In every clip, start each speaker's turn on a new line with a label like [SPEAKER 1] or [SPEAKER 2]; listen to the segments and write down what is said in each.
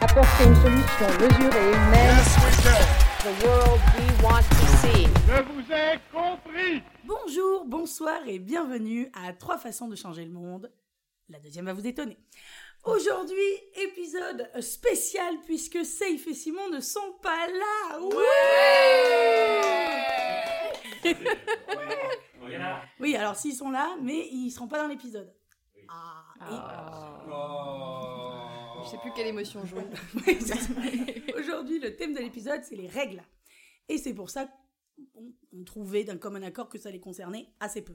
[SPEAKER 1] apporter une solution mesurée et humaine. The world we want to see.
[SPEAKER 2] Je vous ai compris
[SPEAKER 3] Bonjour, bonsoir et bienvenue à Trois façons de changer le monde. La deuxième va vous étonner. Aujourd'hui, épisode spécial puisque Safe et Simon ne sont pas là. Ouais oui, alors s'ils sont là, mais ils seront pas dans l'épisode. Ah,
[SPEAKER 4] Oh.
[SPEAKER 5] Je sais plus quelle émotion jouer.
[SPEAKER 3] et- Ouais, c'est- Aujourd'hui, le thème de l'épisode, c'est les règles. Et c'est pour ça qu'on on trouvait d'un commun accord que ça les concernait assez peu.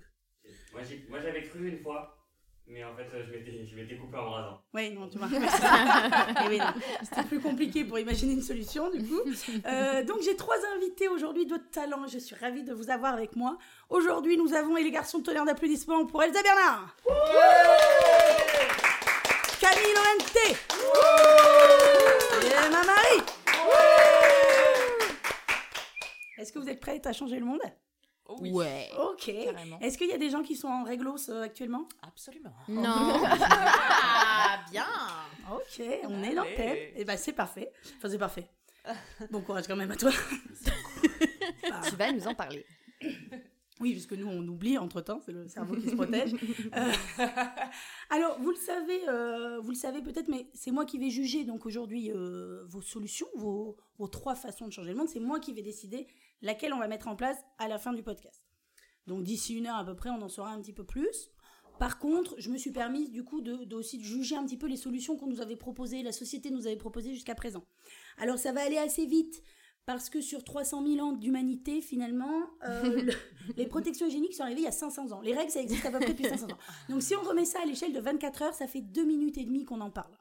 [SPEAKER 6] Moi, j'ai- moi, j'avais cru une fois, mais en fait euh, je m'étais, je m'étais coupé en me rasant.
[SPEAKER 3] Oui, non, tu vois. Eh oui, non. C'était plus compliqué pour imaginer une solution, du coup. Euh, donc, j'ai trois invités aujourd'hui de talent. Je suis ravie de vous avoir avec moi. Aujourd'hui, nous avons, et les garçons, tonnerre d'applaudissements pour Elsa Bernard. Camille Lorente. Et ma Marie. Est-ce que vous êtes prête à changer le monde
[SPEAKER 5] Ouais.
[SPEAKER 3] Ok.
[SPEAKER 5] Carrément.
[SPEAKER 3] Est-ce qu'il y a des gens qui sont en réglos euh, actuellement
[SPEAKER 7] Absolument.
[SPEAKER 5] Non.
[SPEAKER 7] Ah, bien
[SPEAKER 3] Ok, on est dans le
[SPEAKER 7] Allez.
[SPEAKER 3] thème. Et bah c'est parfait. Enfin c'est parfait. Bon courage quand même à toi.
[SPEAKER 5] Tu vas nous en parler.
[SPEAKER 3] Oui, puisque nous on oublie entre temps, c'est le cerveau qui se protège. Euh, alors vous le savez, euh, vous le savez peut-être, mais c'est moi qui vais juger donc aujourd'hui euh, vos solutions, vos, vos trois façons de changer le monde. C'est moi qui vais décider laquelle on va mettre en place à la fin du podcast. Donc d'ici une heure à peu près, on en saura un petit peu plus. Par contre, je me suis permise du coup de, de aussi de juger un petit peu les solutions qu'on nous avait proposées, la société nous avait proposées jusqu'à présent. Alors ça va aller assez vite parce que sur 300 000 ans d'humanité, finalement, euh, le- les protections hygiéniques sont arrivées il y a 500 ans. Les règles, ça existe à peu près depuis 500 ans. Donc si on remet ça à l'échelle de 24 heures, ça fait 2 minutes et demie qu'on en parle.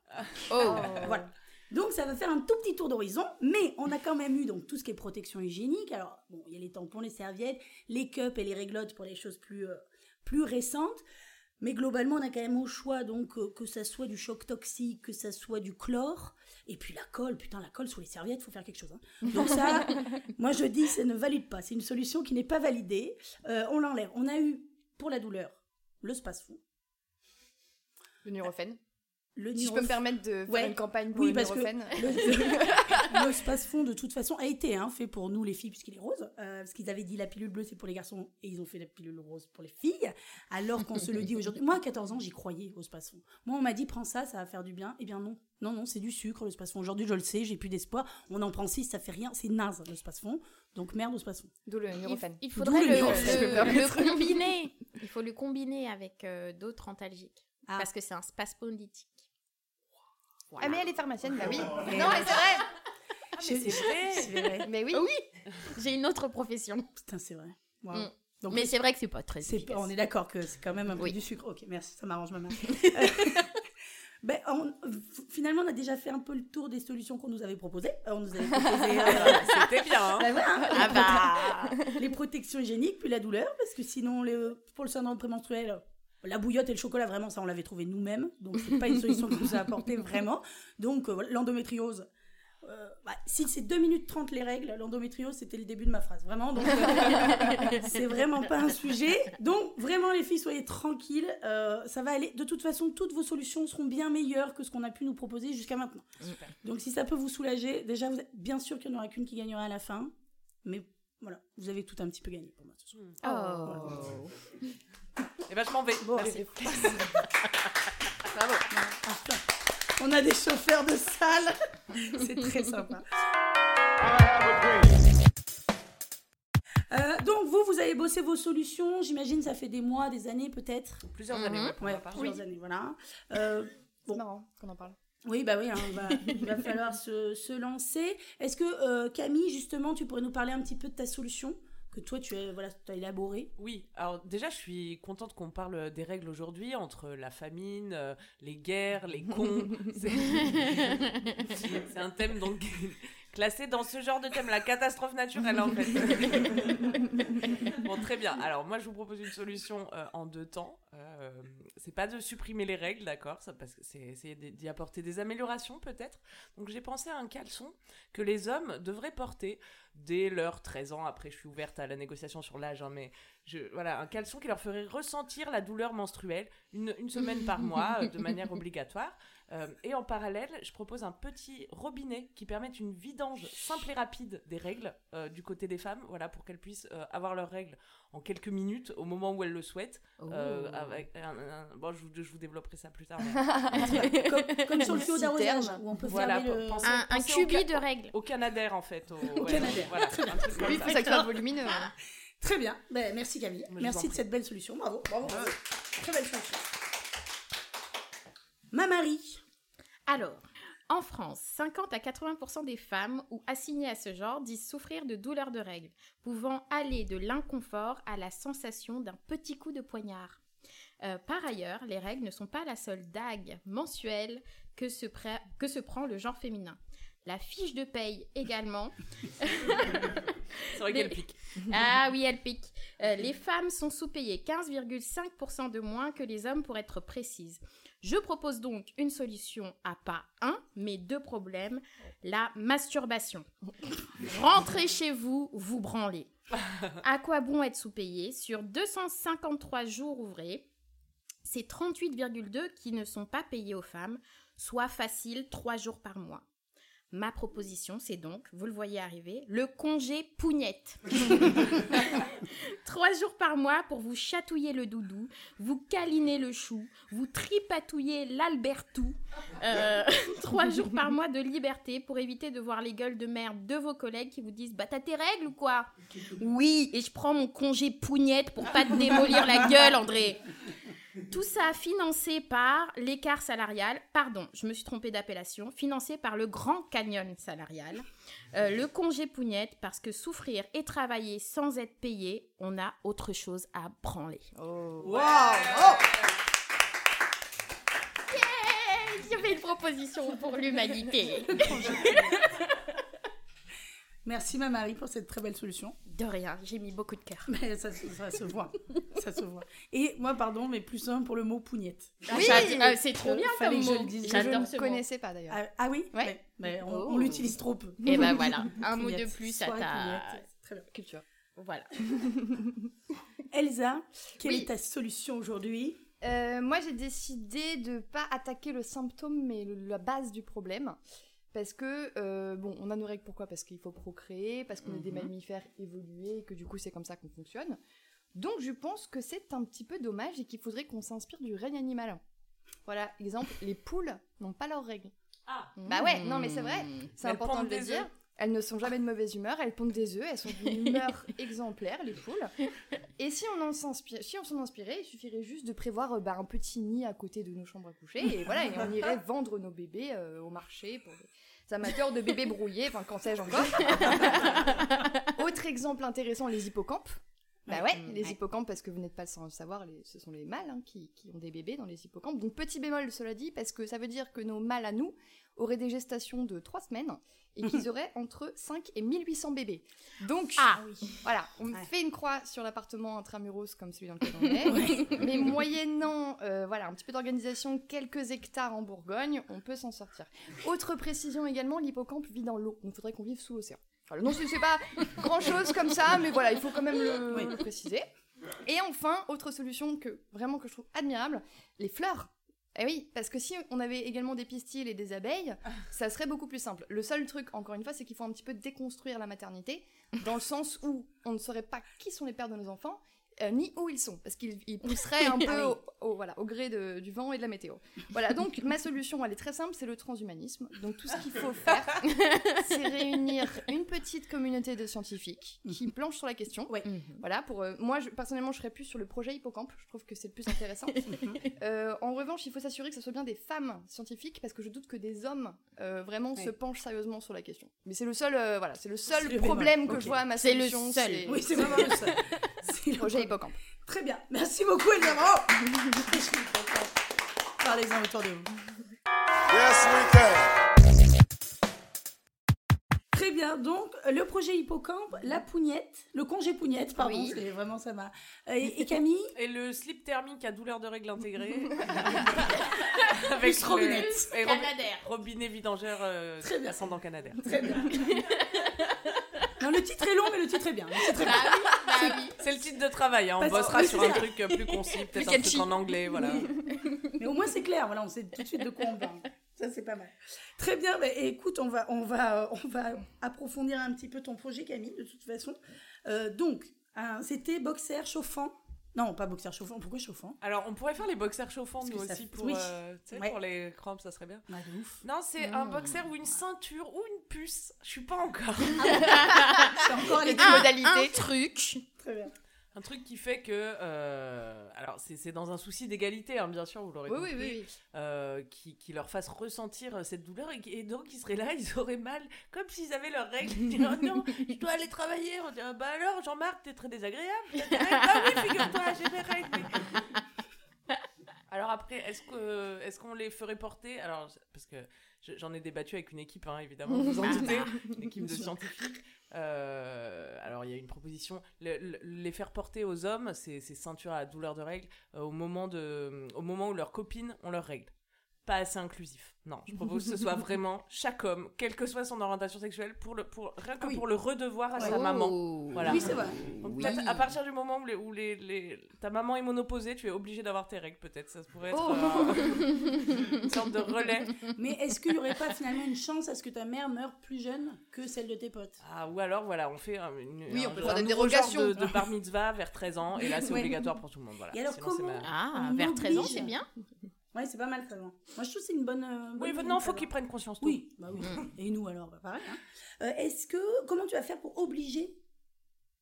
[SPEAKER 5] Oh.
[SPEAKER 3] Ah, Voilà. Donc ça va faire un tout petit tour d'horizon, mais on a quand même eu donc tout ce qui est protection hygiénique. Alors bon, il y a les tampons, les serviettes, les cups et les réglottes pour les choses plus euh, plus récentes. Mais globalement, on a quand même au choix donc euh, que ça soit du choc toxique, que ça soit du chlore, et puis la colle. Putain, la colle sous les serviettes, faut faire quelque chose. hein. Donc ça, moi je dis, ça ne valide pas. C'est une solution qui n'est pas validée. Euh, on l'enlève. On a eu pour la douleur le space fou,
[SPEAKER 5] Le neurophène.
[SPEAKER 3] le
[SPEAKER 5] Si je peux
[SPEAKER 3] Nurofen.
[SPEAKER 5] me permettre de faire
[SPEAKER 3] Ouais.
[SPEAKER 5] une campagne pour
[SPEAKER 3] Oui,
[SPEAKER 5] le
[SPEAKER 3] parce que
[SPEAKER 5] neurophène.
[SPEAKER 3] le, le space fond de toute façon a été hein, fait pour nous les filles puisqu'il est rose euh, parce qu'ils avaient dit la pilule bleue c'est pour les garçons et ils ont fait la pilule rose pour les filles alors qu'on se le dit aujourd'hui moi à 14 ans j'y croyais au space fond moi on m'a dit prends ça ça va faire du bien et bien non non non c'est du sucre le space fond aujourd'hui je le sais j'ai plus d'espoir on en prend 6 ça fait rien c'est naze le space fond donc merde au space fond
[SPEAKER 5] D'où le neurophène.
[SPEAKER 8] Il
[SPEAKER 3] D'où
[SPEAKER 8] faudrait
[SPEAKER 3] le
[SPEAKER 8] le,
[SPEAKER 3] nom,
[SPEAKER 8] le-
[SPEAKER 5] si je peux me permettre.
[SPEAKER 8] le combiner. Il faut le combiner avec euh, d'autres antalgiques.
[SPEAKER 3] Ah.
[SPEAKER 8] Parce que c'est un spasmolytique.
[SPEAKER 5] Ah mais elle est pharmacienne, bah oui.
[SPEAKER 3] Mais-
[SPEAKER 5] Non mais c'est
[SPEAKER 8] Ah,
[SPEAKER 3] c'est c'est vrai
[SPEAKER 5] vrai. Mais oui.
[SPEAKER 8] J'ai une autre profession.
[SPEAKER 3] putain c'est vrai Waouh.
[SPEAKER 8] Mm.
[SPEAKER 3] Donc,
[SPEAKER 8] Mais c'est vrai que c'est pas très
[SPEAKER 3] C'est-
[SPEAKER 8] efficace.
[SPEAKER 3] on est d'accord que c'est quand même un peu
[SPEAKER 8] Oui.
[SPEAKER 3] du sucre. Ok, merci, ça m'arrange ma main. Ben, on- f- finalement, on a déjà fait un peu le tour des solutions qu'on nous avait proposées. Euh, On nous avait proposé euh,
[SPEAKER 7] C'était bien, hein
[SPEAKER 3] ben voilà, hein,
[SPEAKER 8] Ah bah
[SPEAKER 3] les protections hygiéniques, puis la douleur, parce que sinon, le- pour le syndrome prémenstruel, la bouillotte et le chocolat, vraiment, ça, on l'avait trouvé nous-mêmes. Donc, c'est pas une solution qu'on nous a apportée, vraiment. Donc, euh, voilà, l'endométriose. euh, bah, si c'est 2 minutes 30 les règles, l'endométriose, c'était le début de ma phrase. Vraiment, donc, euh, c'est vraiment pas un sujet. Donc, vraiment, les filles, soyez tranquilles. euh, ça va aller. De toute façon, toutes vos solutions seront bien meilleures que ce qu'on a pu nous proposer jusqu'à maintenant. Donc, si ça peut vous soulager, déjà, vous êtes- bien sûr qu'il n'y en aura qu'une qui gagnera à la fin. Mais voilà, vous avez tout un petit peu gagné pour moi. ce soir.
[SPEAKER 8] bah.
[SPEAKER 5] Oh.
[SPEAKER 7] Et ben je m'en vais.
[SPEAKER 3] Bon,
[SPEAKER 7] Merci.
[SPEAKER 5] Bravo.
[SPEAKER 3] On a des chauffeurs de salle. C'est très sympa. Euh, donc vous, vous avez bossé vos solutions, j'imagine ça fait des mois, des années peut-être.
[SPEAKER 7] Plusieurs
[SPEAKER 8] Mhm.
[SPEAKER 7] années, ouais, pour
[SPEAKER 3] Ouais,
[SPEAKER 7] ma part.
[SPEAKER 3] plusieurs années, voilà. Euh, Bon.
[SPEAKER 5] C'est marrant qu'on en parle.
[SPEAKER 3] oui, bah oui, hein, on va- il va falloir se, se lancer. Est-ce que euh, Camille, justement, tu pourrais nous parler un petit peu de ta solution que toi tu as, voilà, tu as élaborée
[SPEAKER 7] Oui, alors déjà, je suis contente qu'on parle des règles aujourd'hui, entre la famine, euh, les guerres, les cons. C'est c'est un thème donc classé dans ce genre de thème, la catastrophe naturelle en fait. bon, très bien. Alors moi, je vous propose une solution euh, en deux temps. Euh, c'est pas de supprimer les règles, d'accord ça- Parce que c'est essayer d'y d'y apporter des améliorations peut-être. Donc j'ai pensé à un caleçon que les hommes devraient porter dès leurs 13 ans. Après, je suis ouverte à la négociation sur l'âge, hein, mais je, voilà, un caleçon qui leur ferait ressentir la douleur menstruelle une, une semaine par mois euh, de manière obligatoire. Euh, et en parallèle, je propose un petit robinet qui permette une vidange simple et rapide des règles euh, du côté des femmes, voilà, pour qu'elles puissent euh, avoir leurs règles en quelques minutes au moment où elles le souhaitent.
[SPEAKER 8] Oh.
[SPEAKER 7] Euh, avec un- un- bon, je vous, je vous développerai ça plus tard. mais-
[SPEAKER 3] Comme, comme sur le
[SPEAKER 5] Une
[SPEAKER 3] feu d'arrosage,
[SPEAKER 5] citerne.
[SPEAKER 3] où on peut
[SPEAKER 7] voilà,
[SPEAKER 3] fermer
[SPEAKER 7] pe-
[SPEAKER 3] le...
[SPEAKER 7] pensez-
[SPEAKER 8] Un, un
[SPEAKER 7] pensez au
[SPEAKER 8] cubi
[SPEAKER 7] ca-
[SPEAKER 8] de règles.
[SPEAKER 7] Au Canadair, en fait. Au, ouais,
[SPEAKER 3] Canadair.
[SPEAKER 7] Voilà, un truc comme
[SPEAKER 5] Oui, il
[SPEAKER 7] ça.
[SPEAKER 5] faut que ça soit volumineux. hein.
[SPEAKER 3] Très bien. Ben, merci Camille.
[SPEAKER 7] Mais je vous en
[SPEAKER 3] merci de
[SPEAKER 7] prie.
[SPEAKER 3] cette belle solution. Bravo. bravo, bravo. Très belle solution. Ma Marie.
[SPEAKER 8] Alors, en France, 50 à 80% des femmes ou assignées à ce genre disent souffrir de douleurs de règles, pouvant aller de l'inconfort à la sensation d'un petit coup de poignard. Euh, par ailleurs, les règles ne sont pas la seule dague mensuelle que se, pre- que se prend le genre féminin. La fiche de paye également.
[SPEAKER 7] C'est
[SPEAKER 8] Mais-
[SPEAKER 7] vrai qu'elle pique.
[SPEAKER 8] Ah oui, elle pique. Euh, les femmes sont sous-payées 15,5% de moins que les hommes pour être précise. Je propose donc une solution à pas un, mais deux problèmes. La masturbation. Rentrez chez vous, vous branlez. À quoi bon être sous-payé Sur 253 jours ouvrés, c'est 38,2 qui ne sont pas payés aux femmes, soit facile 3 jours par mois. Ma proposition, c'est donc, vous le voyez arriver, le congé pougnette. Trois jours par mois pour vous chatouiller le doudou, vous câliner le chou, vous tripatouiller l'albertou. Euh, trois jours par mois de liberté pour éviter de voir les gueules de merde de vos collègues qui vous disent Bah, t'as tes règles ou quoi Oui, et je prends mon congé pougnette pour pas te démolir la gueule, André. Tout ça financé par l'écart salarial, pardon, je me suis trompée d'appellation, financé par le Grand Canyon salarial, euh, le congé pougnette, parce que souffrir et travailler sans être payé, on a autre chose à branler.
[SPEAKER 3] Wow.
[SPEAKER 8] J'avais une proposition pour l'humanité.
[SPEAKER 3] Merci ma Marie pour cette très belle solution.
[SPEAKER 8] De rien, j'ai mis beaucoup de cœur.
[SPEAKER 3] Mais ça, se- ça se voit. ça se voit. Et moi, pardon, mais plus un pour le mot pougnette.
[SPEAKER 5] Oui.
[SPEAKER 8] J'ad- euh, c'est trop
[SPEAKER 3] Euh,
[SPEAKER 8] bien
[SPEAKER 3] fallait
[SPEAKER 8] comme
[SPEAKER 3] que je
[SPEAKER 8] mot.
[SPEAKER 3] le dise.
[SPEAKER 5] Je
[SPEAKER 8] J'adore
[SPEAKER 5] ne
[SPEAKER 8] ce mot.
[SPEAKER 5] connaissais pas d'ailleurs.
[SPEAKER 3] Ah, ah oui
[SPEAKER 5] Ouais.
[SPEAKER 3] Mais- mais on,
[SPEAKER 5] Oh.
[SPEAKER 3] on l'utilise trop peu.
[SPEAKER 8] Et ben voilà, un mot de
[SPEAKER 3] Pougnette.
[SPEAKER 8] plus à
[SPEAKER 3] Soirée
[SPEAKER 8] ta...
[SPEAKER 3] pougnette. Très bien.
[SPEAKER 5] Culture.
[SPEAKER 8] Voilà.
[SPEAKER 3] Elsa, quelle
[SPEAKER 5] Oui.
[SPEAKER 3] est ta solution aujourd'hui
[SPEAKER 5] Euh, moi, j'ai décidé de pas attaquer le symptôme, mais le- la base du problème. Parce que, euh, bon, on a nos règles pourquoi Parce qu'il faut procréer, parce qu'on est des
[SPEAKER 7] Mhm.
[SPEAKER 5] mammifères évolués, et que du coup, c'est comme ça qu'on fonctionne. Donc, je pense que c'est un petit peu dommage et qu'il faudrait qu'on s'inspire du règne animal. Voilà, exemple, les poules n'ont pas leurs règles.
[SPEAKER 7] Ah.
[SPEAKER 5] Bah ouais, non, mais c'est vrai, c'est
[SPEAKER 7] Elles
[SPEAKER 5] important
[SPEAKER 7] pondent
[SPEAKER 5] de le
[SPEAKER 7] des
[SPEAKER 5] dire.
[SPEAKER 7] œufs.
[SPEAKER 5] Elles ne sont jamais de mauvaise humeur, elles pondent des œufs, elles sont d'une humeur exemplaire, les poules. Et si on en s'inspire, si on s'en inspirait, il suffirait juste de prévoir euh, bah, un petit nid à côté de nos chambres à coucher, et voilà, et on irait vendre nos bébés euh, au marché pour des amateurs de bébés brouillés, enfin quand sais-je encore. Autre exemple intéressant, les hippocampes. Bah ouais,
[SPEAKER 8] Mm,
[SPEAKER 5] les
[SPEAKER 8] ouais.
[SPEAKER 5] hippocampes, parce que vous n'êtes pas sans le savoir, les- ce sont les mâles hein, qui, qui ont des bébés dans les hippocampes. Donc petit bémol, cela dit, parce que ça veut dire que nos mâles à nous auraient des gestations de 3 semaines et qu'ils auraient entre 5 et 1800 bébés. Donc,
[SPEAKER 8] Ah
[SPEAKER 5] voilà, on
[SPEAKER 3] Ouais.
[SPEAKER 5] fait une croix sur l'appartement intramuros comme celui dans lequel on est, mais moyennant euh, voilà, un petit peu d'organisation, quelques hectares en Bourgogne, on peut s'en sortir. Autre précision également, l'hippocampe vit dans l'eau, donc il faudrait qu'on vive sous l'océan. Enfin, le nom, c'est c'est pas grand-chose comme ça, mais voilà, il faut quand même le,
[SPEAKER 3] Oui.
[SPEAKER 5] le préciser. Et enfin, autre solution que vraiment que je trouve admirable, les fleurs. Eh oui, parce que si on avait également des pistils et des abeilles, ça serait beaucoup plus simple. Le seul truc, encore une fois, c'est qu'il faut un petit peu déconstruire la maternité, dans le sens où on ne saurait pas qui sont les pères de nos enfants, euh, ni où ils sont, parce qu'ils ils pousseraient un peu au, au- voilà, au gré de- du vent et de la météo. Voilà, donc ma solution, elle est très simple, c'est le transhumanisme. Donc tout ce qu'il faut faire, c'est réunir une petite communauté de scientifiques qui planchent sur la question.
[SPEAKER 8] Mhm.
[SPEAKER 5] Voilà, pour euh, moi, je- personnellement, je serais plus sur le projet Hippocampe. Je trouve que c'est le plus intéressant. Euh, en revanche, il faut s'assurer que ce soit bien des femmes scientifiques, parce que je doute que des hommes euh, vraiment
[SPEAKER 3] Ouais.
[SPEAKER 5] se penchent sérieusement sur la question. Mais c'est le seul, euh, voilà, c'est le seul
[SPEAKER 3] C'est le
[SPEAKER 5] problème
[SPEAKER 3] bémol,
[SPEAKER 5] que
[SPEAKER 3] ok.
[SPEAKER 5] je vois à ma
[SPEAKER 8] C'est le
[SPEAKER 5] solution.
[SPEAKER 8] seul.
[SPEAKER 5] c'est
[SPEAKER 3] Oui, c'est vraiment le seul. C'est le
[SPEAKER 5] Projet
[SPEAKER 3] premier.
[SPEAKER 5] Hippocampe.
[SPEAKER 3] Très bien. Merci beaucoup, Elsa. Bravo. Je suis contente. Parlez-en autour de vous.
[SPEAKER 4] Yes, we can.
[SPEAKER 3] Très bien, donc le projet Hippocampe, la pougnette, le congé pougnette, pardon,
[SPEAKER 8] Oui.
[SPEAKER 3] c'est vraiment ça m'a. Euh, Et, et Camille,
[SPEAKER 7] Et le slip thermique à douleur de règles intégrée.
[SPEAKER 3] Plus
[SPEAKER 7] Avec le-
[SPEAKER 3] robinette.
[SPEAKER 7] et robi-
[SPEAKER 8] Canadair.
[SPEAKER 7] robinet vidangeur euh,
[SPEAKER 3] Très bien.
[SPEAKER 7] ascendant canadair.
[SPEAKER 3] Très bien. Non, le titre est long, mais le titre est bien. Le titre est
[SPEAKER 8] Bah
[SPEAKER 3] bien.
[SPEAKER 7] C'est le titre de travail, hein, on
[SPEAKER 3] Parce-
[SPEAKER 7] bossera sur un
[SPEAKER 3] Oui,
[SPEAKER 7] truc euh, plus concis, peut-être un
[SPEAKER 5] catchy.
[SPEAKER 7] truc en anglais, voilà.
[SPEAKER 3] Mais au moins c'est clair, voilà, on sait tout de suite de quoi on parle. Ça c'est pas mal. Très bien, bah, écoute, on va, on, va, euh, on va approfondir un petit peu ton projet Camille, de toute façon. Euh, donc, hein, c'était boxer chauffant. Non, pas boxer chauffant, pourquoi chauffant
[SPEAKER 7] Alors, on pourrait faire les boxers chauffants,
[SPEAKER 3] Parce
[SPEAKER 7] nous
[SPEAKER 3] que ça
[SPEAKER 7] aussi,
[SPEAKER 3] fait-
[SPEAKER 7] pour,
[SPEAKER 3] oui.
[SPEAKER 7] euh, tu sais,
[SPEAKER 3] Ouais. Mmh.
[SPEAKER 7] pour les crampes, ça serait bien.
[SPEAKER 3] Bah, de ouf.
[SPEAKER 7] Non, c'est un boxer ou une ceinture ou une puce. Je suis pas encore.
[SPEAKER 3] C'est encore les
[SPEAKER 8] Ah, Un-
[SPEAKER 5] modalité.
[SPEAKER 8] un truc.
[SPEAKER 3] Très bien.
[SPEAKER 7] un truc qui fait que. euh, alors, c'est c'est dans un souci d'égalité, hein, bien sûr, vous l'aurez
[SPEAKER 5] Oui, oui,
[SPEAKER 7] compris.
[SPEAKER 5] oui.
[SPEAKER 7] euh, qui, qui leur fasse ressentir euh, cette douleur et, qui- et donc ils seraient là, ils auraient mal, comme s'ils avaient leurs règles. Ils diraient, Oh non, je dois aller travailler. On dirait, bah alors, Jean-Marc, t'es très désagréable. t'as tes règles. Ah oui, figure-toi, j'ai mes règles. mais- Alors après, est-ce que est-ce qu'on les ferait porter Alors parce que je- j'en ai débattu avec une équipe, hein, évidemment, vous vous en doutez, une équipe de scientifiques. Euh, alors il y a une proposition, Le- le- les faire porter aux hommes, ces, ces ceintures à douleur de règles, euh, au moment de, au moment où leurs copines ont leurs règles pas assez inclusif. Non, je propose que ce soit vraiment chaque homme, quelle que soit son orientation sexuelle, pour le, pour, rien que
[SPEAKER 3] Ah oui.
[SPEAKER 7] pour le redevoir à sa
[SPEAKER 3] Ouais.
[SPEAKER 7] maman.
[SPEAKER 8] Oh.
[SPEAKER 7] Voilà.
[SPEAKER 3] Oui, c'est vrai.
[SPEAKER 7] Donc,
[SPEAKER 8] Oui.
[SPEAKER 7] peut-être à partir du moment où, les, où les, les- ta maman est monoposée, tu es obligé d'avoir tes règles, peut-être. Ça pourrait être
[SPEAKER 3] Oh.
[SPEAKER 7] euh, une sorte de relais.
[SPEAKER 3] Mais est-ce qu'il n'y aurait pas finalement une chance à ce que ta mère meure plus jeune que celle de tes potes
[SPEAKER 7] Ah, ou alors, voilà, on fait un, une,
[SPEAKER 5] Oui,
[SPEAKER 7] un-
[SPEAKER 5] on peut faire des
[SPEAKER 7] un nouveau genre
[SPEAKER 5] dérogations.
[SPEAKER 7] De, de bar mitzvah vers 13 ans, et là, c'est
[SPEAKER 3] Ouais.
[SPEAKER 7] obligatoire pour tout le monde. Voilà.
[SPEAKER 3] Et alors,
[SPEAKER 7] Sinon, c'est
[SPEAKER 3] comment-
[SPEAKER 7] ma-
[SPEAKER 8] Ah,
[SPEAKER 3] On
[SPEAKER 8] vers 13 ans,
[SPEAKER 3] oblige.
[SPEAKER 8] c'est bien.
[SPEAKER 3] Ouais, c'est pas mal, très bien. Moi, je trouve que c'est une bonne. euh, bonne
[SPEAKER 7] Oui,
[SPEAKER 3] idée,
[SPEAKER 7] maintenant, il faut
[SPEAKER 3] très
[SPEAKER 7] qu'ils
[SPEAKER 3] bien.
[SPEAKER 7] prennent conscience. tôt.
[SPEAKER 3] Oui, bah oui.
[SPEAKER 8] Mmh.
[SPEAKER 3] Et nous alors, bah pareil. hein. Euh, Est-ce que comment tu vas faire pour obliger,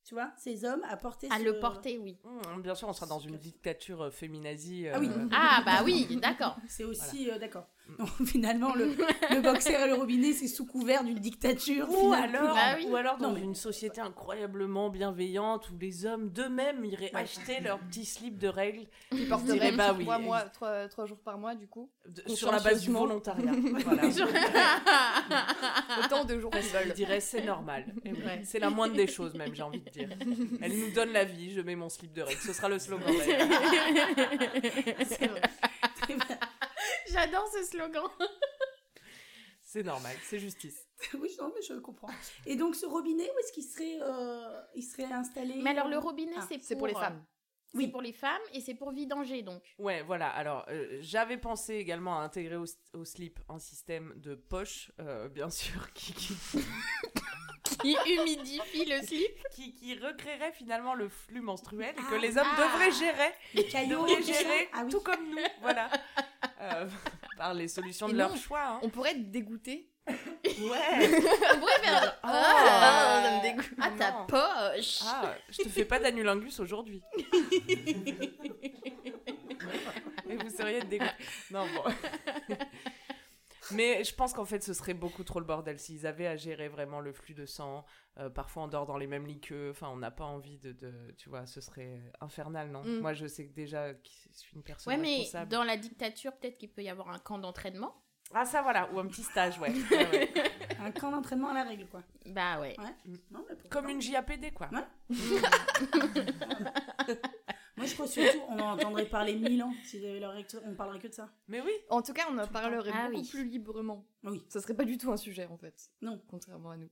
[SPEAKER 3] tu vois, ces hommes à porter
[SPEAKER 8] À
[SPEAKER 3] ce-
[SPEAKER 8] le porter, oui.
[SPEAKER 7] Mmh, Bien sûr, on sera dans une dictature euh, féminazie.
[SPEAKER 3] Ah oui.
[SPEAKER 7] euh,
[SPEAKER 8] Ah, bah oui, d'accord.
[SPEAKER 3] C'est aussi euh, d'accord. Donc finalement, le, le boxeur et le robinet, c'est sous couvert d'une dictature.
[SPEAKER 7] Ou
[SPEAKER 3] finalement.
[SPEAKER 7] alors,
[SPEAKER 8] Bah oui.
[SPEAKER 7] ou alors dans
[SPEAKER 3] Non, mais-
[SPEAKER 7] une société incroyablement bienveillante où les hommes d'eux-mêmes iraient
[SPEAKER 3] Ouais.
[SPEAKER 7] acheter leur petit slip de règles
[SPEAKER 5] Ils porteraient
[SPEAKER 7] dirais, bah oui,
[SPEAKER 5] trois,
[SPEAKER 7] ex-
[SPEAKER 5] mois, trois, trois jours par mois, du coup.
[SPEAKER 7] de- sur la base du
[SPEAKER 5] Consciencieusement.
[SPEAKER 7] volontariat. Voilà.
[SPEAKER 5] Autant de jours qu'ils
[SPEAKER 7] Je
[SPEAKER 5] veulent.
[SPEAKER 7] dirais c'est normal. Eh oui, C'est la moindre des choses même, j'ai envie de dire. Elle nous donne la vie, je mets mon slip de règles. Ce sera le slogan. d'ailleurs.
[SPEAKER 3] C'est vrai. Très bien.
[SPEAKER 8] J'adore ce slogan.
[SPEAKER 7] C'est normal, c'est justice.
[SPEAKER 3] oui, je- non, mais je comprends. Et donc ce robinet, où est-ce qu'il serait, euh, il serait installé
[SPEAKER 8] Mais alors, le robinet,
[SPEAKER 3] Ah,
[SPEAKER 8] c'est pour,
[SPEAKER 5] c'est pour euh, les femmes.
[SPEAKER 8] Oui. pour les femmes et c'est pour vidanger, donc.
[SPEAKER 7] Ouais, voilà. Alors, euh, j'avais pensé également à intégrer au, au slip un système de poche, euh, bien sûr, qui- qui
[SPEAKER 8] Qui humidifie le slip.
[SPEAKER 7] qui, qui recréerait finalement le flux menstruel et
[SPEAKER 3] Ah.
[SPEAKER 7] que les hommes
[SPEAKER 8] Ah.
[SPEAKER 7] devraient gérer,
[SPEAKER 3] les cailloux,
[SPEAKER 7] devraient
[SPEAKER 3] tout ça
[SPEAKER 7] gérer
[SPEAKER 3] Ah oui.
[SPEAKER 7] tout comme nous, voilà, Euh, par les solutions de
[SPEAKER 5] Et
[SPEAKER 7] leur
[SPEAKER 5] non.
[SPEAKER 7] choix. hein.
[SPEAKER 5] On pourrait être dégoûté.
[SPEAKER 7] Ouais.
[SPEAKER 8] On pourrait faire.
[SPEAKER 7] Ah.
[SPEAKER 5] ça me dégoûte.
[SPEAKER 8] Ah, ta
[SPEAKER 7] Non.
[SPEAKER 8] poche.
[SPEAKER 7] Ah, je te fais pas d'anulingus aujourd'hui. Mais vous seriez dégoûté. Non bon. Mais je pense qu'en fait, ce serait beaucoup trop le bordel s'ils avaient à gérer vraiment le flux de sang. euh, parfois, on dort dans les mêmes lits qu'eux. Enfin, on n'a pas envie de, de- Tu vois, ce serait euh, infernal, non
[SPEAKER 5] Mm.
[SPEAKER 7] Moi, je sais que déjà, que je suis une personne
[SPEAKER 8] Ouais, mais
[SPEAKER 7] responsable.
[SPEAKER 8] dans la dictature, peut-être qu'il peut y avoir un camp d'entraînement.
[SPEAKER 7] Ah, ça, voilà. Ou un petit stage, ouais. Ouais, ouais.
[SPEAKER 3] Un camp d'entraînement à la règle, quoi.
[SPEAKER 8] Bah ouais.
[SPEAKER 3] Non, mais pourquoi
[SPEAKER 7] Comme
[SPEAKER 3] pas.
[SPEAKER 7] une JAPD, quoi.
[SPEAKER 3] Ouais. Moi, je crois surtout, on en entendrait parler mille ans. S'ils avaient leur règle, on parlerait que de ça.
[SPEAKER 7] Mais oui.
[SPEAKER 5] En tout cas, on en parlerait
[SPEAKER 8] Ah
[SPEAKER 5] beaucoup
[SPEAKER 8] oui.
[SPEAKER 5] plus librement.
[SPEAKER 3] Oui.
[SPEAKER 5] Ça serait pas du tout un sujet, en fait.
[SPEAKER 3] Non.
[SPEAKER 5] Contrairement à nous.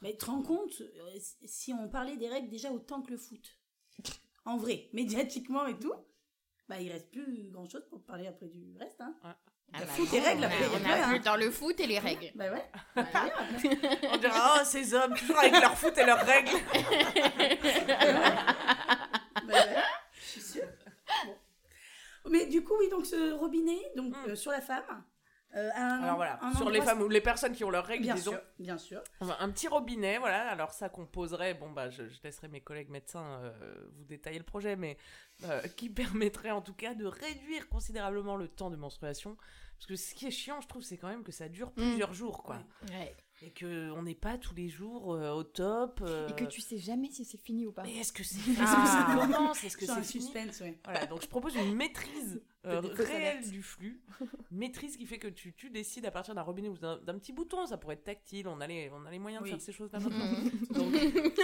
[SPEAKER 3] Mais tu te rends compte, euh, si- si on parlait des règles déjà autant que le foot, en vrai, médiatiquement et tout, bah il reste plus grand chose pour parler après du reste. Hein.
[SPEAKER 8] Ah,
[SPEAKER 3] Le
[SPEAKER 8] bah,
[SPEAKER 3] foot et
[SPEAKER 8] non,
[SPEAKER 3] règles,
[SPEAKER 8] on
[SPEAKER 3] après,
[SPEAKER 8] a-
[SPEAKER 3] il y a
[SPEAKER 8] on
[SPEAKER 3] pas,
[SPEAKER 8] a
[SPEAKER 3] hein.
[SPEAKER 8] plus dans le foot et les règles.
[SPEAKER 3] Bah ouais.
[SPEAKER 7] On dirait, oh, ces hommes, toujours avec leur foot et leurs règles.
[SPEAKER 3] bah ouais, je suis sûre. Bon. Mais du coup, oui, donc ce robinet, donc
[SPEAKER 7] Mm.
[SPEAKER 3] euh, sur la femme. euh, un-
[SPEAKER 7] Alors voilà,
[SPEAKER 3] un
[SPEAKER 7] sur les
[SPEAKER 3] endroit-
[SPEAKER 7] femmes ou les personnes qui ont leurs règles,
[SPEAKER 3] Bien
[SPEAKER 7] disons,
[SPEAKER 3] sûr, bien sûr.
[SPEAKER 7] Enfin, un petit robinet, voilà. Alors ça composerait, bon bah je, je laisserai mes collègues médecins euh, vous détailler le projet, mais euh, qui permettrait en tout cas de réduire considérablement le temps de menstruation. Parce que ce qui est chiant, je trouve, c'est quand même que ça dure plusieurs jours, quoi.
[SPEAKER 8] Ouais.
[SPEAKER 7] Et que on n'est pas tous les jours euh, au top. euh,
[SPEAKER 5] Et que tu sais jamais si c'est fini ou pas.
[SPEAKER 7] Mais est-ce que c'est est-ce
[SPEAKER 3] Ah.
[SPEAKER 7] que ça commence Est-ce que
[SPEAKER 3] Sur
[SPEAKER 7] c'est
[SPEAKER 3] un
[SPEAKER 7] fini
[SPEAKER 3] suspense, ouais.
[SPEAKER 7] Voilà, donc je propose une maîtrise euh,
[SPEAKER 5] Des fausses
[SPEAKER 7] réelle
[SPEAKER 5] alertes.
[SPEAKER 7] du flux. Maîtrise qui fait que tu, tu décides à partir d'un robinet ou d'un d'un petit bouton. Ça pourrait être tactile, on a les, on a les moyens
[SPEAKER 3] Oui.
[SPEAKER 7] de faire ces choses-là maintenant.
[SPEAKER 8] Mhm.
[SPEAKER 7] Donc,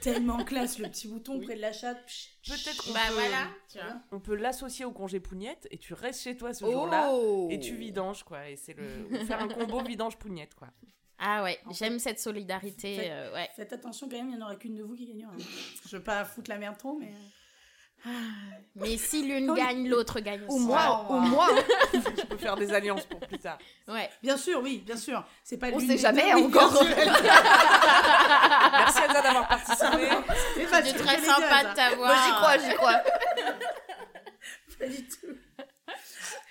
[SPEAKER 3] Tellement classe le petit bouton
[SPEAKER 7] Oui.
[SPEAKER 3] près de la chatte. pchit,
[SPEAKER 7] peut-être qu'on
[SPEAKER 8] Bah
[SPEAKER 7] peut,
[SPEAKER 8] voilà, tu vois.
[SPEAKER 7] on peut l'associer au congé pougnette et tu restes chez toi ce jour-là
[SPEAKER 5] Oh
[SPEAKER 7] et tu vidanges, quoi. Et c'est le. Faire un combo vidange-pougnette, quoi.
[SPEAKER 8] Ah ouais,
[SPEAKER 3] En
[SPEAKER 8] j'aime cette solidarité.
[SPEAKER 3] Faites-
[SPEAKER 8] euh, ouais.
[SPEAKER 3] Faites attention quand même, il n'y en aura qu'une de vous qui gagnera. Je veux pas foutre la merde trop, mais.
[SPEAKER 8] Mais si l'une gagne, l'autre gagne
[SPEAKER 5] Au
[SPEAKER 8] aussi.
[SPEAKER 5] moins,
[SPEAKER 3] wow.
[SPEAKER 5] au moins,
[SPEAKER 7] Je peux faire des alliances pour plus tard.
[SPEAKER 8] Ouais.
[SPEAKER 3] Bien sûr, oui, bien sûr. C'est pas
[SPEAKER 5] on
[SPEAKER 3] l'une
[SPEAKER 5] sait
[SPEAKER 3] des
[SPEAKER 5] jamais hein,
[SPEAKER 3] deux, oui, bien
[SPEAKER 5] encore.
[SPEAKER 3] sûr.
[SPEAKER 7] Merci Elsa d'avoir participé.
[SPEAKER 3] C'est
[SPEAKER 5] Ah,
[SPEAKER 8] C'est très sympa de t'avoir.
[SPEAKER 5] Moi, j'y crois, j'y crois.
[SPEAKER 3] Pas du tout.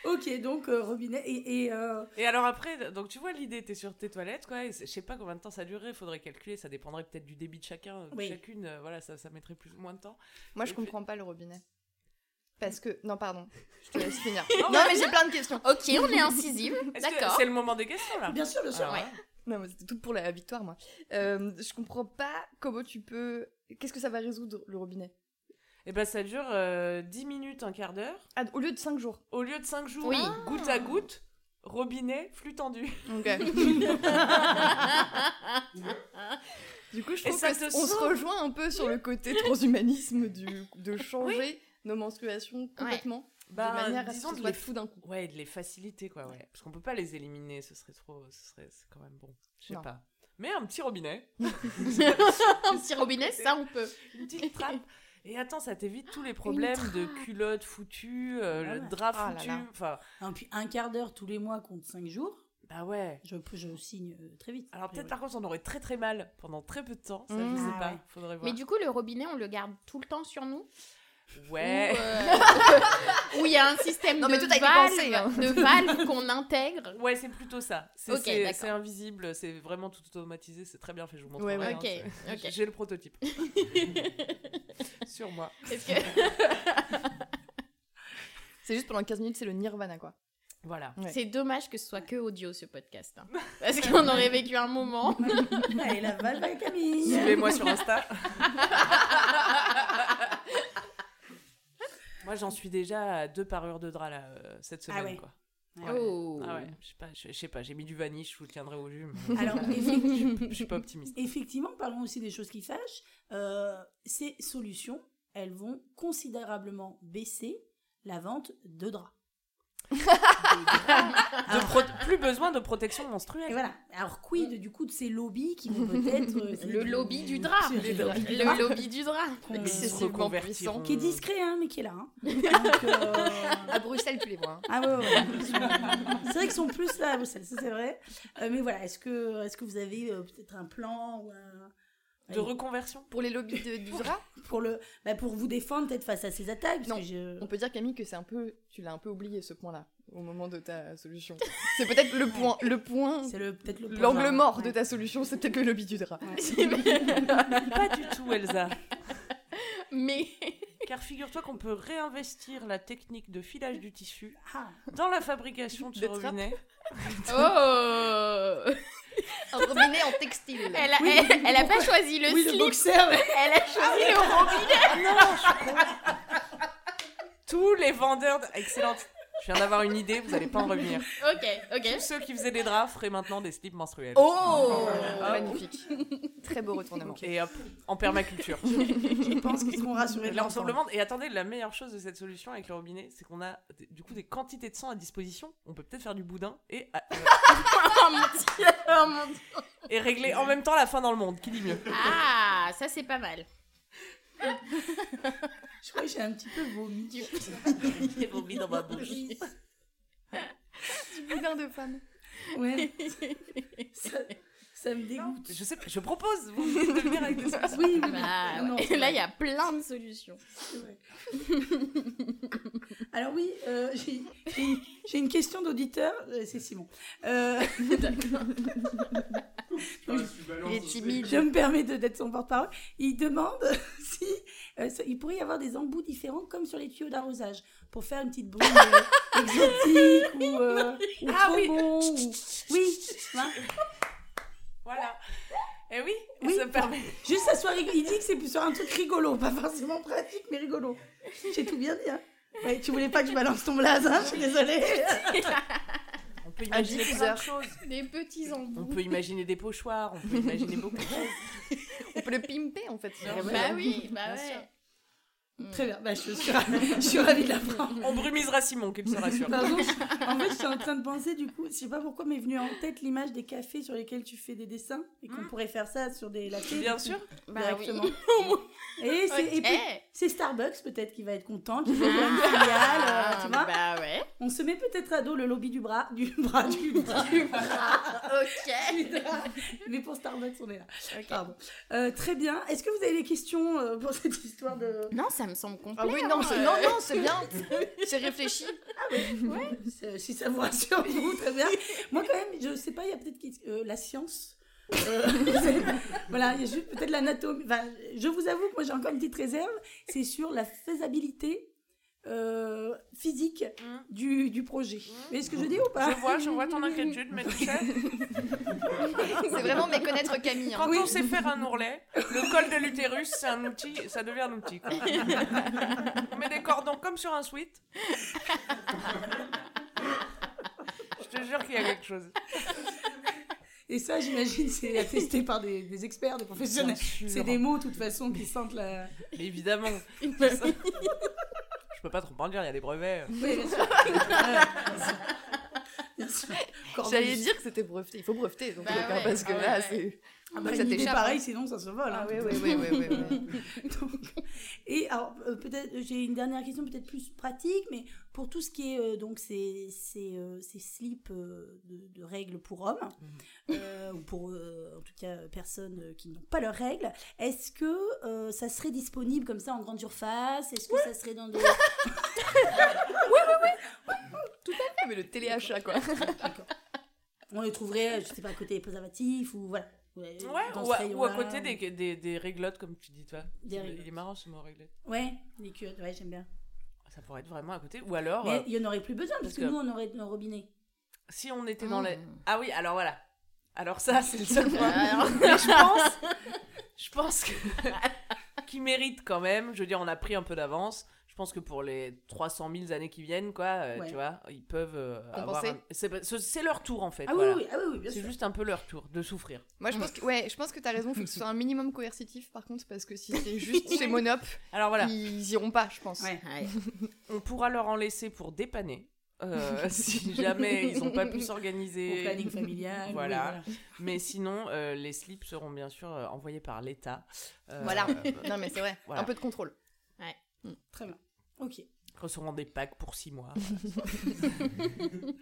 [SPEAKER 3] Ok, donc euh, robinet et, et, euh,
[SPEAKER 7] Et alors après, donc tu vois l'idée, t'es sur tes toilettes, quoi. Et c'est- je sais pas combien de temps ça durerait, faudrait calculer, ça dépendrait peut-être du débit de chacun, euh, de
[SPEAKER 3] Oui.
[SPEAKER 7] chacune. euh, voilà, ça, ça mettrait plus ou moins de temps.
[SPEAKER 5] Moi, je
[SPEAKER 7] Et puis-
[SPEAKER 5] comprends pas le robinet. Parce que. Non, pardon, je te laisse finir.
[SPEAKER 7] Non,
[SPEAKER 5] Non, mais j'ai plein de questions.
[SPEAKER 8] Ok, on est incisive.
[SPEAKER 7] Est-ce que
[SPEAKER 8] D'accord.
[SPEAKER 7] c'est le moment des questions là
[SPEAKER 3] bien sûr, bien sûr.
[SPEAKER 7] Alors, hein.
[SPEAKER 8] ouais.
[SPEAKER 5] Non, mais c'était tout pour la victoire, moi. Euh, je comprends pas comment tu peux. Qu'est-ce que ça va résoudre le robinet
[SPEAKER 7] Et ben ça dure euh, 10 minutes, un quart d'heure.
[SPEAKER 5] Ah, Au lieu de 5 jours.
[SPEAKER 7] Au lieu de 5 jours,
[SPEAKER 8] Oui.
[SPEAKER 7] goutte à goutte, robinet, flux tendu.
[SPEAKER 5] Ok. du coup, je
[SPEAKER 7] Et
[SPEAKER 5] trouve
[SPEAKER 7] ça
[SPEAKER 5] que c-
[SPEAKER 7] te
[SPEAKER 5] on se
[SPEAKER 7] sauve.
[SPEAKER 5] rejoint un peu sur le côté transhumanisme du, de changer nos menstruations complètement. de manière à ce
[SPEAKER 7] Bah, disons
[SPEAKER 5] que ce
[SPEAKER 7] de
[SPEAKER 5] soit
[SPEAKER 7] les,
[SPEAKER 5] tout d'un coup.
[SPEAKER 7] ouais, de les faciliter, quoi. Ouais. Parce qu'on peut pas les éliminer, ce serait trop. Ce serait c'est quand même bon. Je sais
[SPEAKER 5] Non.
[SPEAKER 7] pas. Mais un petit robinet,
[SPEAKER 8] Un petit robinet, ça on peut.
[SPEAKER 7] une petite trappe. Et attends, ça t'évite tous les problèmes de culotte foutue, euh,
[SPEAKER 3] Ah
[SPEAKER 7] le
[SPEAKER 3] ouais.
[SPEAKER 7] drap
[SPEAKER 5] Ah là
[SPEAKER 7] foutu.
[SPEAKER 5] là.
[SPEAKER 7] Enfin,
[SPEAKER 3] Un, puis un quart d'heure tous les mois compte 5 jours.
[SPEAKER 7] bah ouais.
[SPEAKER 3] Je, je signe euh, très vite.
[SPEAKER 7] Alors
[SPEAKER 3] a
[SPEAKER 7] peut-être
[SPEAKER 3] priori.
[SPEAKER 7] par contre on aurait très très mal pendant très peu de temps, ça
[SPEAKER 5] Mmh.
[SPEAKER 8] Mm.
[SPEAKER 7] je sais
[SPEAKER 3] Ah
[SPEAKER 7] pas,
[SPEAKER 3] ouais.
[SPEAKER 7] faudrait voir.
[SPEAKER 8] Mais du coup, le robinet, on le garde tout le temps sur nous
[SPEAKER 7] Ouais.
[SPEAKER 8] Ou, euh, Où il y a un système
[SPEAKER 5] Non,
[SPEAKER 8] de,
[SPEAKER 5] mais tout a été pensé, hein.
[SPEAKER 8] valve, de valve qu'on intègre.
[SPEAKER 7] Ouais, c'est plutôt ça. C'est
[SPEAKER 8] Ok,
[SPEAKER 7] c'est-
[SPEAKER 8] d'accord.
[SPEAKER 7] c'est invisible, c'est vraiment tout automatisé, c'est très bien fait, je vous montre.
[SPEAKER 5] Ouais,
[SPEAKER 7] hein,
[SPEAKER 5] ouais.
[SPEAKER 8] Ok, ok.
[SPEAKER 7] J'ai le prototype. Sur moi.
[SPEAKER 8] Est-ce que
[SPEAKER 5] C'est juste pendant 15 minutes, c'est le nirvana, quoi.
[SPEAKER 7] Voilà.
[SPEAKER 5] Ouais.
[SPEAKER 8] c'est dommage que ce soit que audio ce podcast hein. Parce qu'on aurait vécu un moment.
[SPEAKER 3] Allez, la valve à Camille
[SPEAKER 7] Suivez-moi sur Insta. moi j'en suis déjà à deux parures de drap là, euh, cette
[SPEAKER 3] Ah
[SPEAKER 7] semaine
[SPEAKER 3] ouais.
[SPEAKER 7] quoi.
[SPEAKER 8] Oh.
[SPEAKER 7] Ah ouais, je sais pas, je je sais pas, j'ai mis du vanille, je vous tiendrai au jus. mais
[SPEAKER 3] Alors, effectivement,
[SPEAKER 7] je suis pas optimiste.
[SPEAKER 3] effectivement, parlons aussi des choses qui fâchent. Euh, ces solutions, elles vont considérablement baisser la vente de draps.
[SPEAKER 7] De pro- plus besoin de protection
[SPEAKER 3] Et
[SPEAKER 7] menstruelle.
[SPEAKER 3] voilà. Alors, quid du coup de ces lobbies qui vont peut-être. euh, essayer
[SPEAKER 8] Le
[SPEAKER 3] de-
[SPEAKER 8] lobby du drap.
[SPEAKER 3] Le lobby du
[SPEAKER 8] Le
[SPEAKER 3] drap.
[SPEAKER 8] lobby du drap.
[SPEAKER 3] qu'on-
[SPEAKER 5] Excessivement
[SPEAKER 7] reconvertiront. euh,
[SPEAKER 5] puissant.
[SPEAKER 3] Qui est discret, hein, mais qui est là. hein. Donc, euh,
[SPEAKER 5] À Bruxelles, tu les vois. hein.
[SPEAKER 3] Ah ouais, ouais, ouais. Ils sont- c'est vrai qu'ils sont plus là à Bruxelles, ça c'est vrai. Euh, mais voilà, est-ce que, est que vous avez euh, peut-être un plan ou un-
[SPEAKER 7] De reconversion.
[SPEAKER 5] Pour les lobbies de, du drap,
[SPEAKER 3] pour, le, bah, pour vous défendre peut-être face à ces attaques parce
[SPEAKER 5] Non.
[SPEAKER 3] que je-
[SPEAKER 5] on peut dire, Camille, que c'est un peu. Tu l'as un peu oublié, ce point-là, au moment de ta solution. C'est peut-être le point. Le point.
[SPEAKER 3] C'est le- peut-être le point
[SPEAKER 5] L'angle
[SPEAKER 3] genre.
[SPEAKER 5] mort de
[SPEAKER 3] Ouais.
[SPEAKER 5] ta solution, c'est peut-être le lobby du drap.
[SPEAKER 7] Pas du tout, Elsa.
[SPEAKER 8] Mais
[SPEAKER 7] Car figure-toi qu'on peut réinvestir la technique de filage du tissu
[SPEAKER 3] Ah,
[SPEAKER 7] dans la fabrication de ce
[SPEAKER 5] Des trappes.
[SPEAKER 7] robinet.
[SPEAKER 8] oh
[SPEAKER 5] Un robinet en textile.
[SPEAKER 8] Elle a, elle, elle a pas choisi le
[SPEAKER 3] oui, le
[SPEAKER 8] slip,
[SPEAKER 3] boxeur ouais.
[SPEAKER 8] elle a choisi le robinet.
[SPEAKER 7] Tous les vendeurs. de- Excellente. Je viens d'avoir une idée, vous n'allez pas en revenir.
[SPEAKER 8] Ok, ok.
[SPEAKER 7] Tous ceux qui faisaient des draps feraient maintenant des slips menstruels.
[SPEAKER 8] Oh
[SPEAKER 5] Magnifique. Très beau retournement.
[SPEAKER 7] Et hop, en permaculture.
[SPEAKER 3] Je pense qu'ils seront rassurés de
[SPEAKER 7] Là, on se
[SPEAKER 3] l'ensemble.
[SPEAKER 7] demande- Et attendez, la meilleure chose de cette solution avec le robinet, c'est qu'on a des- du coup des quantités de sang à disposition. On peut peut-être faire du boudin et, à-
[SPEAKER 8] Oh mon dieu, oh mon dieu.
[SPEAKER 7] et régler en même temps la faim dans le monde. Qui dit mieux
[SPEAKER 8] Ah, ça c'est pas mal.
[SPEAKER 3] Je crois que j'ai un petit peu vomi.
[SPEAKER 7] J'ai vomi dans ma bouche.
[SPEAKER 5] Petit boudin de femme.
[SPEAKER 3] Ouais. ça, ça me dégoûte.
[SPEAKER 7] Je sais, pas, je propose. Vous me dites de venir avec des solutions.
[SPEAKER 3] Oui, oui, oui.
[SPEAKER 8] Bah,
[SPEAKER 3] Non,
[SPEAKER 8] ouais.
[SPEAKER 3] c'est
[SPEAKER 8] Là,
[SPEAKER 3] vrai.
[SPEAKER 8] il y a plein de solutions.
[SPEAKER 3] C'est vrai. Alors oui, euh, j'ai- j'ai une- j'ai une question d'auditeur, euh, c'est Simon. Euh,
[SPEAKER 5] Il est timide.
[SPEAKER 3] je me permets de- d'être son porte-parole. Il demande si euh, ça- il pourrait y avoir des embouts différents comme sur les tuyaux d'arrosage pour faire une petite brume euh, exotique ou, euh, ou
[SPEAKER 7] Ah
[SPEAKER 3] trop
[SPEAKER 7] oui.
[SPEAKER 3] bon, ou- oui, hein.
[SPEAKER 7] Voilà. Et oui, et
[SPEAKER 3] Oui.
[SPEAKER 7] ça me permet.
[SPEAKER 3] juste ça soit rigolo. Il dit que c'est sur un truc rigolo, pas forcément pratique mais rigolo. J'ai tout bien dit. Hein. Ouais, tu voulais pas que je balance ton blaze, hein, je suis désolée.
[SPEAKER 7] On peut imaginer plein
[SPEAKER 5] diffuseur.
[SPEAKER 7] de choses.
[SPEAKER 8] Des petits
[SPEAKER 7] On
[SPEAKER 8] embouts.
[SPEAKER 7] peut imaginer des pochoirs, on peut imaginer beaucoup de choses.
[SPEAKER 5] On peut le pimper en fait.
[SPEAKER 7] Non,
[SPEAKER 8] Bah
[SPEAKER 7] Ouais.
[SPEAKER 8] oui, bah
[SPEAKER 7] Bien
[SPEAKER 8] ouais.
[SPEAKER 7] sûr.
[SPEAKER 3] Très bien, bah, je, suis ravie, je suis ravie de l'apprendre.
[SPEAKER 7] On brumisera Simon, qu'il se rassure.
[SPEAKER 3] Pardon, je- en fait, je suis en train de penser, du coup, je sais pas pourquoi m'est venue en tête l'image des cafés sur lesquels tu fais des dessins et qu'on pourrait faire ça sur des latés.
[SPEAKER 7] Hmm. Bien sûr.
[SPEAKER 8] Bah
[SPEAKER 3] Directement. Et c'est et
[SPEAKER 8] Eh,
[SPEAKER 3] puis, c'est Starbucks peut-être qui va être content, qui va ouvrir
[SPEAKER 7] Ah.
[SPEAKER 3] une filiale, euh, tu vois.
[SPEAKER 8] Ah, Bah ouais.
[SPEAKER 3] On se met peut-être à dos le lobby du bras, du bras, du bras. du bras.
[SPEAKER 8] Ok.
[SPEAKER 3] Mais pour Starbucks, on est là. Pardon. Euh, très bien. Est-ce que vous avez des questions euh, pour cette histoire de...
[SPEAKER 8] Non, ça me semble complet.
[SPEAKER 5] Ah oui, non,
[SPEAKER 8] hein,
[SPEAKER 5] c'est
[SPEAKER 8] euh,
[SPEAKER 5] non, non, c'est bien. C'est réfléchi.
[SPEAKER 3] C'est- Si ça vous rassure, vous, très bien. Moi, quand même, je sais pas, il y a peut-être qui- euh, la science. Euh, c'est- voilà, il y a juste peut-être l'anatomie. Enfin, je vous avoue que moi, j'ai encore une petite réserve. C'est sur la faisabilité euh, physique
[SPEAKER 7] Mm.
[SPEAKER 3] du, du projet. Vous voyez ce que je dis ou pas
[SPEAKER 7] Je vois, je vois ton inquiétude, mais tu sais,
[SPEAKER 5] C'est vraiment méconnaître Camille. hein.
[SPEAKER 7] quand on sait faire un ourlet, le col de l'utérus, c'est un outil, ça devient un outil. quoi. on met des cordons comme sur un sweat. je te jure qu'il y a quelque chose.
[SPEAKER 3] Et ça, j'imagine, c'est attesté par des, des experts, des professionnels. C'est des mots, de toute façon, qui sentent la.
[SPEAKER 7] Mais évidemment. c'est ça. Je peux pas trop en dire, il y a des brevets.
[SPEAKER 3] Oui, bien sûr. Bien sûr. Corbeau-
[SPEAKER 5] J'allais dire que c'était breveté. Il faut breveter, donc
[SPEAKER 8] Bah
[SPEAKER 5] dans le cas,
[SPEAKER 8] ouais,
[SPEAKER 5] parce que
[SPEAKER 8] ah
[SPEAKER 5] là,
[SPEAKER 8] ouais.
[SPEAKER 5] c'est.
[SPEAKER 3] Ah bah,
[SPEAKER 5] Ça
[SPEAKER 3] une idée
[SPEAKER 5] t'échappe,
[SPEAKER 3] pareille, sinon ça se vole. hein, tout
[SPEAKER 5] oui, oui, oui, oui, oui.
[SPEAKER 3] Donc, et alors, euh, peut-être, j'ai une dernière question, peut-être plus pratique, mais pour tout ce qui est euh, donc ces, ces, euh, ces slips euh, de, de règles pour hommes,
[SPEAKER 7] Mmh.
[SPEAKER 3] euh, ou pour euh, en tout cas euh, personnes euh, qui n'ont pas leurs règles, est-ce que euh, ça serait disponible comme ça en grande surface Est-ce que ça serait dans des.
[SPEAKER 5] Ah, Mais le téléachat, quoi.
[SPEAKER 3] D'accord. On les trouverait, euh, je sais pas, à côté des préservatifs ou voilà. Ouais,
[SPEAKER 7] Ouais,
[SPEAKER 3] dans ce
[SPEAKER 7] ou à, ou à
[SPEAKER 3] rayon-là,
[SPEAKER 7] côté
[SPEAKER 3] ou-
[SPEAKER 7] des, des, des réglottes, comme tu dis, toi.
[SPEAKER 3] Des
[SPEAKER 7] Il est
[SPEAKER 3] réglottes.
[SPEAKER 7] marrant ce mot réglette.
[SPEAKER 3] Ouais, les culottes, ouais, j'aime bien.
[SPEAKER 7] Ça pourrait être vraiment à côté. Ou alors, euh,
[SPEAKER 3] Mais il y en aurait plus besoin parce
[SPEAKER 7] Parce
[SPEAKER 3] que
[SPEAKER 7] que-
[SPEAKER 3] nous on aurait nos robinets.
[SPEAKER 7] si on était dans les.
[SPEAKER 3] Hmm.
[SPEAKER 8] Mm.
[SPEAKER 7] Ah oui, alors voilà. Alors ça, c'est le seul point.
[SPEAKER 8] Alors,
[SPEAKER 7] Mais je pense, je pense que qui mérite quand même. Je veux dire, on a pris un peu d'avance. Je pense que pour les 300 000 années qui viennent, quoi, euh,
[SPEAKER 3] Ouais.
[SPEAKER 7] tu vois, ils peuvent euh, avoir.
[SPEAKER 5] Compenser.
[SPEAKER 7] un- C'est pas- ce- c'est leur tour en fait.
[SPEAKER 3] Ah oui,
[SPEAKER 7] voilà.
[SPEAKER 3] oui, ah oui, oui, bien
[SPEAKER 7] C'est
[SPEAKER 3] sûr.
[SPEAKER 7] juste un peu leur tour de souffrir.
[SPEAKER 5] Moi, je pense que, ouais, je pense que t'as raison. Faut que ce soit un minimum coercitif, par contre, parce que si c'est juste chez Monop,
[SPEAKER 7] Alors voilà,
[SPEAKER 5] ils iront pas, je pense.
[SPEAKER 3] Ouais.
[SPEAKER 7] on pourra leur en laisser pour dépanner. euh, si jamais ils n'ont pas pu
[SPEAKER 3] Au planning
[SPEAKER 7] s'organiser.
[SPEAKER 3] familial. oui,
[SPEAKER 7] Voilà. Mais sinon, euh, les slips seront bien sûr euh, envoyés par l'État. Euh,
[SPEAKER 5] Voilà.
[SPEAKER 7] euh,
[SPEAKER 5] Non, mais c'est vrai.
[SPEAKER 7] Voilà.
[SPEAKER 5] Un peu de contrôle.
[SPEAKER 3] Très bien. Ok,
[SPEAKER 7] recevront des packs pour 6 mois.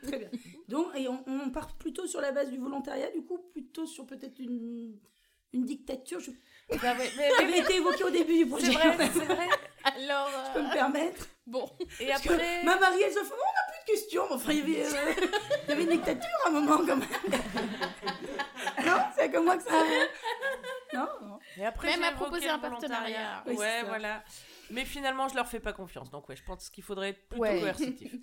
[SPEAKER 3] très bien. Donc, et on, on part plutôt sur la base du volontariat, du coup, plutôt sur peut-être une, une dictature. Je...
[SPEAKER 7] Bah
[SPEAKER 3] Ça avait été évoqué au début du projet.
[SPEAKER 7] C'est vrai, c'est vrai.
[SPEAKER 8] alors,
[SPEAKER 3] Je
[SPEAKER 8] euh,
[SPEAKER 3] peux me permettre.
[SPEAKER 8] bon.
[SPEAKER 7] Et
[SPEAKER 3] Parce que
[SPEAKER 7] après.
[SPEAKER 3] ma Marie, elle se fait, Oh, on n'a plus de questions. Mais Enfin, il y avait, euh, il y avait une dictature à un moment, quand même. non, c'est comme moi que ça. Non, non.
[SPEAKER 7] Et après,
[SPEAKER 8] Même
[SPEAKER 7] j'ai
[SPEAKER 8] à
[SPEAKER 7] évoqué
[SPEAKER 8] proposer
[SPEAKER 7] le
[SPEAKER 8] un partenariat.
[SPEAKER 7] volontariat.
[SPEAKER 3] Oui, c'est
[SPEAKER 7] ouais,
[SPEAKER 3] ça.
[SPEAKER 7] voilà. Mais finalement, je leur fais pas confiance. Donc, ouais, je pense qu'il faudrait être plutôt
[SPEAKER 5] Ouais.
[SPEAKER 7] coercitif.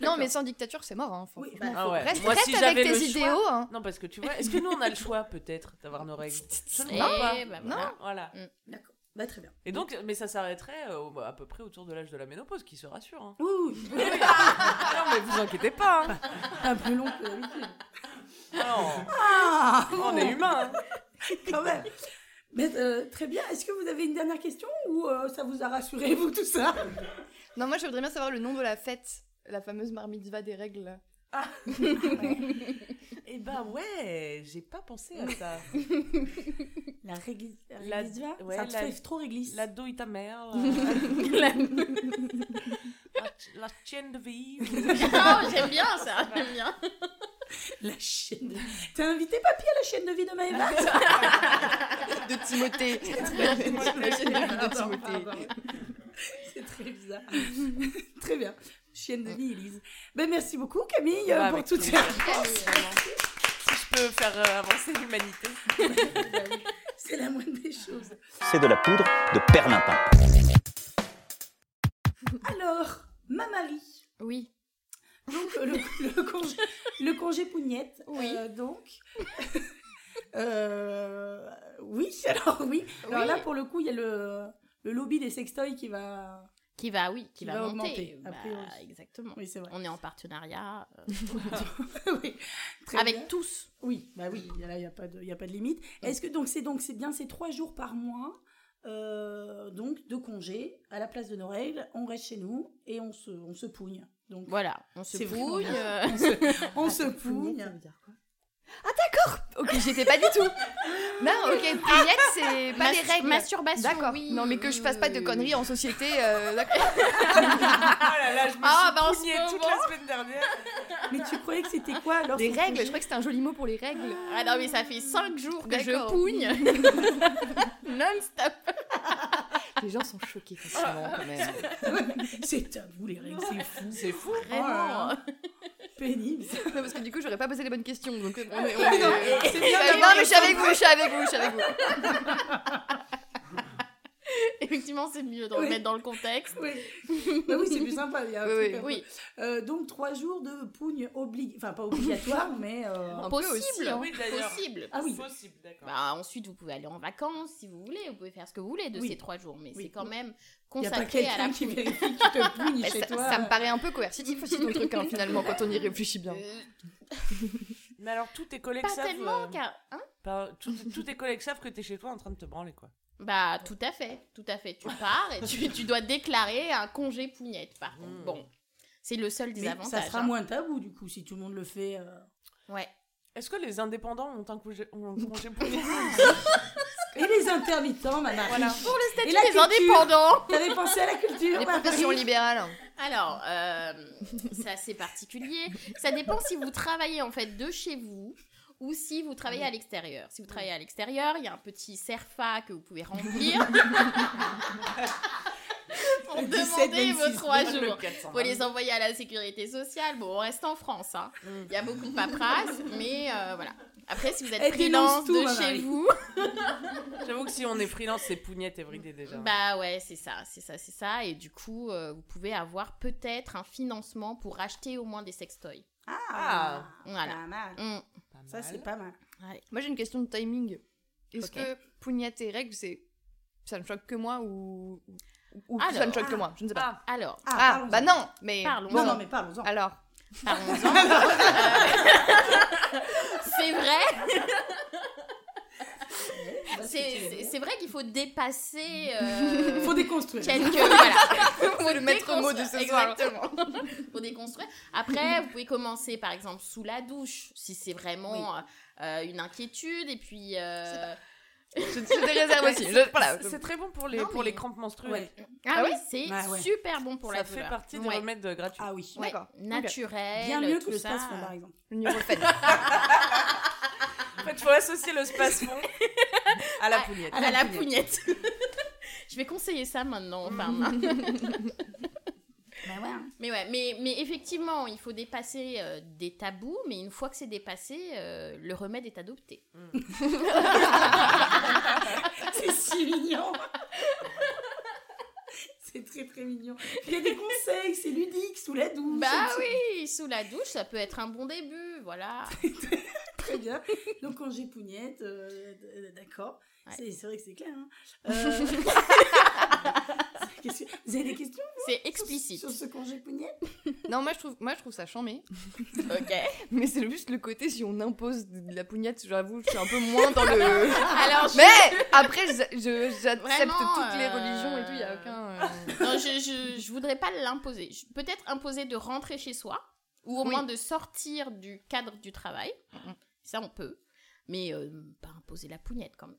[SPEAKER 5] Non, mais sans dictature, c'est mort. Hein. Faut-
[SPEAKER 3] Oui, bah,
[SPEAKER 7] Ah ouais.
[SPEAKER 5] Reste,
[SPEAKER 7] Moi,
[SPEAKER 5] reste
[SPEAKER 7] si j'avais
[SPEAKER 5] avec
[SPEAKER 7] le
[SPEAKER 5] tes
[SPEAKER 7] choix-
[SPEAKER 5] idéaux. hein.
[SPEAKER 7] Non, parce que tu vois, est-ce que nous, on a le choix, peut-être, d'avoir nos règles Je ne
[SPEAKER 8] Eh,
[SPEAKER 7] crois pas. Hein,
[SPEAKER 8] bah, voilà.
[SPEAKER 7] Voilà.
[SPEAKER 3] D'accord. Bah, très bien.
[SPEAKER 7] Et donc, mais ça s'arrêterait euh, au- à peu près autour de l'âge de la ménopause, qui se rassure. hein.
[SPEAKER 3] Ouh,
[SPEAKER 7] non, mais vous inquiétez pas. hein.
[SPEAKER 3] un peu long que d'habitude.
[SPEAKER 7] Non,
[SPEAKER 3] Ah
[SPEAKER 7] on est humain. hein.
[SPEAKER 3] quand même. Mais euh, très bien. Est-ce que vous avez une dernière question ou euh, ça vous a rassuré vous tout ça
[SPEAKER 5] Non, moi, je voudrais bien savoir le nom de la fête, la fameuse bar mitzvah des règles.
[SPEAKER 7] Eh ben ouais, j'ai pas pensé à ça.
[SPEAKER 3] La réglisse,
[SPEAKER 7] La-
[SPEAKER 3] réglisse va
[SPEAKER 7] ouais,
[SPEAKER 3] Ça te
[SPEAKER 7] la-
[SPEAKER 3] fait trop réglisse.
[SPEAKER 7] La douille ta mère. euh,
[SPEAKER 8] La-
[SPEAKER 7] la, la chienne de vie.
[SPEAKER 8] Non, j'aime bien ça, j'aime bien.
[SPEAKER 3] La chaîne. de- T'as invité papy à la chaîne de vie de Maëva
[SPEAKER 5] De Timothée. La chaîne de vie de Timothée.
[SPEAKER 3] C'est très bizarre. très bien. Chienne de vie, Elise. Ben merci beaucoup Camille
[SPEAKER 7] Bah,
[SPEAKER 3] euh, pour
[SPEAKER 7] avec
[SPEAKER 3] toutes ces
[SPEAKER 7] plaisir.
[SPEAKER 3] réponses.
[SPEAKER 7] Si je peux faire euh, avancer l'humanité.
[SPEAKER 3] Bah C'est la moindre des choses.
[SPEAKER 9] C'est de la poudre de perlimpin.
[SPEAKER 3] Alors, ma Marie.
[SPEAKER 8] Oui.
[SPEAKER 3] Donc, euh, le, le congé, le congé pougnette.
[SPEAKER 8] Oui.
[SPEAKER 3] euh, donc. Euh, oui, alors oui. Alors
[SPEAKER 8] Oui.
[SPEAKER 3] là, pour le coup, il y a le, le lobby des sextoys qui va.
[SPEAKER 8] Qui va, oui,
[SPEAKER 3] Qui
[SPEAKER 8] qui, va,
[SPEAKER 3] va
[SPEAKER 8] monter.
[SPEAKER 3] augmenter, a
[SPEAKER 8] Bah,
[SPEAKER 3] priori.
[SPEAKER 8] exactement.
[SPEAKER 3] Oui, c'est vrai.
[SPEAKER 8] On est en partenariat euh,
[SPEAKER 3] Oui. Très
[SPEAKER 8] avec
[SPEAKER 3] bien.
[SPEAKER 8] tous.
[SPEAKER 3] Oui, bah oui, il y a- là, il n'y a, pas de- il y a pas de limite. Est-ce que donc c'est donc c'est bien ces trois jours par mois euh, donc de congé, à la place de nos règles, on reste chez nous et on se, on se pougne. Donc,
[SPEAKER 8] Voilà, on se
[SPEAKER 3] C'est
[SPEAKER 8] pouille.
[SPEAKER 3] vraiment-
[SPEAKER 8] euh,
[SPEAKER 3] on se, on se
[SPEAKER 1] Pougnette, ça
[SPEAKER 3] pougne.
[SPEAKER 1] veut dire quoi
[SPEAKER 5] Ah d'accord Ok, j'étais pas du tout. Non, ok, pouillette, c'est pas des
[SPEAKER 8] mas-
[SPEAKER 5] règles.
[SPEAKER 8] Masturbation,
[SPEAKER 5] D'accord.
[SPEAKER 8] oui.
[SPEAKER 5] Non, mais que je fasse pas de conneries en société, euh, d'accord.
[SPEAKER 7] Ah là là, je me
[SPEAKER 8] Ah,
[SPEAKER 7] suis
[SPEAKER 8] bah, en ce
[SPEAKER 7] pougnée toute
[SPEAKER 8] moment.
[SPEAKER 7] la semaine dernière.
[SPEAKER 3] Mais tu croyais que c'était quoi alors
[SPEAKER 5] Des
[SPEAKER 3] son
[SPEAKER 5] règles, je
[SPEAKER 3] congé
[SPEAKER 5] crois que c'était un joli mot pour les règles.
[SPEAKER 8] Ah non, mais ça fait 5 jours que je
[SPEAKER 5] D'accord.
[SPEAKER 8] pougne. Non-stop.
[SPEAKER 5] Les gens sont choqués facilement quand même.
[SPEAKER 3] C'est tabou les règles, c'est fou. Oh
[SPEAKER 7] C'est fou.
[SPEAKER 8] Vraiment.
[SPEAKER 3] Pénible.
[SPEAKER 5] Non, parce que du coup, j'aurais pas posé les bonnes questions. Donc, euh, on est. on
[SPEAKER 7] Non,
[SPEAKER 5] est- euh,
[SPEAKER 7] c'est
[SPEAKER 5] bah,
[SPEAKER 7] bien
[SPEAKER 5] non,
[SPEAKER 7] d'avoir
[SPEAKER 5] mais
[SPEAKER 7] le
[SPEAKER 5] je suis avec vous, je suis avec vous, je suis avec vous.
[SPEAKER 8] Effectivement, c'est mieux de remettre dans le contexte.
[SPEAKER 3] Oui, Bah oui c'est plus sympa. il y a un
[SPEAKER 5] Oui,
[SPEAKER 3] truc
[SPEAKER 5] oui,
[SPEAKER 3] un peu-
[SPEAKER 8] oui.
[SPEAKER 3] Euh, donc trois jours de pougne obli... enfin pas obligatoire, mais euh,
[SPEAKER 5] Un peu
[SPEAKER 8] Possible.
[SPEAKER 5] aussi,
[SPEAKER 8] hein,
[SPEAKER 7] oui, d'ailleurs.
[SPEAKER 8] Possible.
[SPEAKER 3] ah oui.
[SPEAKER 7] Possible, d'accord.
[SPEAKER 8] Bah, ensuite, vous pouvez aller en vacances si vous voulez. Vous pouvez faire ce que vous voulez de
[SPEAKER 3] Oui.
[SPEAKER 8] ces 3 jours. Mais
[SPEAKER 3] Oui.
[SPEAKER 8] c'est quand même
[SPEAKER 3] Il n'y a pas
[SPEAKER 8] consacré à la
[SPEAKER 3] quelqu'un qui vérifie qui te pougne
[SPEAKER 5] Bah,
[SPEAKER 3] chez
[SPEAKER 5] ça,
[SPEAKER 3] toi.
[SPEAKER 5] ça me paraît un peu coercitif aussi ton truc, hein, finalement, quand on y réfléchit bien.
[SPEAKER 8] Euh,
[SPEAKER 7] Mais alors, tous tes collègues
[SPEAKER 8] Pas
[SPEAKER 7] savent.
[SPEAKER 8] tellement,
[SPEAKER 7] euh,
[SPEAKER 8] car. Hein
[SPEAKER 7] pas- tous- Tous tes collègues savent que t'es chez toi en train de te branler, quoi.
[SPEAKER 8] bah, tout à fait. Tout à fait. Tu pars et tu, tu dois déclarer un congé pougnette, par contre.
[SPEAKER 7] Mm.
[SPEAKER 8] Bon. C'est le seul
[SPEAKER 3] euh, Mais
[SPEAKER 8] désavantage.
[SPEAKER 3] ça sera
[SPEAKER 8] hein.
[SPEAKER 3] moins tabou du coup si tout le monde le fait. euh.
[SPEAKER 8] Ouais.
[SPEAKER 7] Est-ce que les indépendants ont un congé, ont un congé pour les
[SPEAKER 3] Et les intermittents, ma Marie.
[SPEAKER 5] Voilà.
[SPEAKER 8] Pour le statut
[SPEAKER 3] Et la
[SPEAKER 8] des
[SPEAKER 3] culture.
[SPEAKER 8] indépendants.
[SPEAKER 3] T'avais pensé à la culture,
[SPEAKER 5] Les
[SPEAKER 3] ma
[SPEAKER 5] professions
[SPEAKER 3] Marie.
[SPEAKER 5] libérales.
[SPEAKER 8] Alors, euh, c'est assez particulier. Ça dépend si vous travaillez en fait de chez vous ou si vous travaillez à l'extérieur. Si vous travaillez à l'extérieur, il y a un petit CERFA que vous pouvez remplir pour
[SPEAKER 3] Le 17, 26,
[SPEAKER 8] demander vos trois
[SPEAKER 7] Le
[SPEAKER 8] jours.
[SPEAKER 7] 420.
[SPEAKER 8] Faut les envoyer à la sécurité sociale. Bon, on reste en France. hein. Il
[SPEAKER 7] Mm.
[SPEAKER 8] y a beaucoup de paperasse, mais euh, voilà. Après, si vous êtes
[SPEAKER 3] Elle dénonce
[SPEAKER 8] freelance
[SPEAKER 3] tout,
[SPEAKER 8] de
[SPEAKER 3] ma
[SPEAKER 8] chez
[SPEAKER 3] Marie.
[SPEAKER 8] vous,
[SPEAKER 7] J'avoue que si on est freelance, c'est pougnette everyday déjà.
[SPEAKER 8] Bah ouais, c'est ça, c'est ça, c'est ça. Et du coup, euh, vous pouvez avoir peut-être un financement pour acheter au moins des sextoys.
[SPEAKER 7] Ah,
[SPEAKER 8] Voilà.
[SPEAKER 3] Pas mal.
[SPEAKER 8] Mm.
[SPEAKER 7] Pas
[SPEAKER 3] Ça
[SPEAKER 7] mal.
[SPEAKER 3] c'est pas mal.
[SPEAKER 5] Moi, j'ai une question de timing. Est-ce
[SPEAKER 8] Ok.
[SPEAKER 5] que pougnette et règles, c'est. Ça ne choque que moi ou. Ou
[SPEAKER 8] Alors.
[SPEAKER 5] ça ne choque que moi Je ne sais pas.
[SPEAKER 7] Ah,
[SPEAKER 8] Alors,
[SPEAKER 5] Ah,
[SPEAKER 3] parlons-en.
[SPEAKER 5] bah non Ah, Mais.
[SPEAKER 8] Parlons-en.
[SPEAKER 3] Non, non, mais parlons-en.
[SPEAKER 5] Alors,
[SPEAKER 8] parlons-en. Euh, c'est vrai,
[SPEAKER 3] Vas-y, tu
[SPEAKER 8] c'est c'est-
[SPEAKER 3] veux.
[SPEAKER 8] c'est vrai qu'il faut dépasser
[SPEAKER 3] Il
[SPEAKER 8] euh,
[SPEAKER 3] faut déconstruire.
[SPEAKER 8] quelques voilà.
[SPEAKER 5] c'est le maître mot de ce soir.
[SPEAKER 8] Exactement. pour déconstruire. Après, vous pouvez commencer par exemple sous la douche, si c'est vraiment euh, une inquiétude. Et puis, euh,
[SPEAKER 5] Je, je te réserve aussi. Je- voilà.
[SPEAKER 7] c'est très bon pour les,
[SPEAKER 8] Non,
[SPEAKER 7] pour
[SPEAKER 8] mais-
[SPEAKER 7] les crampes menstruelles.
[SPEAKER 3] Ouais.
[SPEAKER 8] ah,
[SPEAKER 5] Ah
[SPEAKER 8] oui,
[SPEAKER 5] oui
[SPEAKER 8] c'est
[SPEAKER 3] Ah ouais.
[SPEAKER 8] super bon pour
[SPEAKER 7] ça
[SPEAKER 8] la
[SPEAKER 7] fait
[SPEAKER 8] douleur.
[SPEAKER 7] partie des
[SPEAKER 8] Ouais.
[SPEAKER 7] remèdes euh, gratuits.
[SPEAKER 3] Ah oui.
[SPEAKER 8] Ouais,
[SPEAKER 5] D'accord.
[SPEAKER 8] naturel,
[SPEAKER 3] Bien mieux
[SPEAKER 8] tout
[SPEAKER 3] que le
[SPEAKER 8] ça.
[SPEAKER 3] spasme, par exemple.
[SPEAKER 5] Le Nurofen.
[SPEAKER 7] En fait, faut associer le spasmon à la pougnette.
[SPEAKER 8] À la pougnette. Je vais conseiller ça maintenant. enfin,
[SPEAKER 3] Bah ouais. hein.
[SPEAKER 8] mais ouais, mais, mais effectivement, il faut dépasser euh, des tabous, mais une fois que c'est dépassé, euh, le remède est adopté.
[SPEAKER 3] C'est si mignon. c'est très très mignon. Il y a des conseils, c'est ludique, sous la douche.
[SPEAKER 8] Bah
[SPEAKER 3] c'est-
[SPEAKER 8] oui, sous la douche, ça peut être un bon début, voilà.
[SPEAKER 3] Très bien. Donc congé pougnette, euh, d- euh, d'accord.
[SPEAKER 8] Ouais.
[SPEAKER 3] C'est- C'est vrai que c'est clair. hein. Euh, qu'est-ce que- Vous avez des questions
[SPEAKER 8] C'est
[SPEAKER 3] sur-
[SPEAKER 8] explicite.
[SPEAKER 3] sur ce congé pougnette
[SPEAKER 5] Non, moi je trouve, moi je trouve ça chambé.
[SPEAKER 8] Ok.
[SPEAKER 5] Mais c'est juste le côté si on impose de la pougnette, j'avoue, je suis un peu moins dans le.
[SPEAKER 8] Alors, je-
[SPEAKER 5] Mais après, je- je- j'accepte
[SPEAKER 8] Vraiment,
[SPEAKER 5] toutes les
[SPEAKER 8] euh,
[SPEAKER 5] religions et tout. Il y a aucun. euh,
[SPEAKER 8] non, je, je, je voudrais pas l'imposer. Je- Peut-être imposer de rentrer chez soi, ou au
[SPEAKER 5] Oui.
[SPEAKER 8] moins de sortir du cadre du travail. Ça, on peut. Mais euh, pas imposer la pougnette quand même.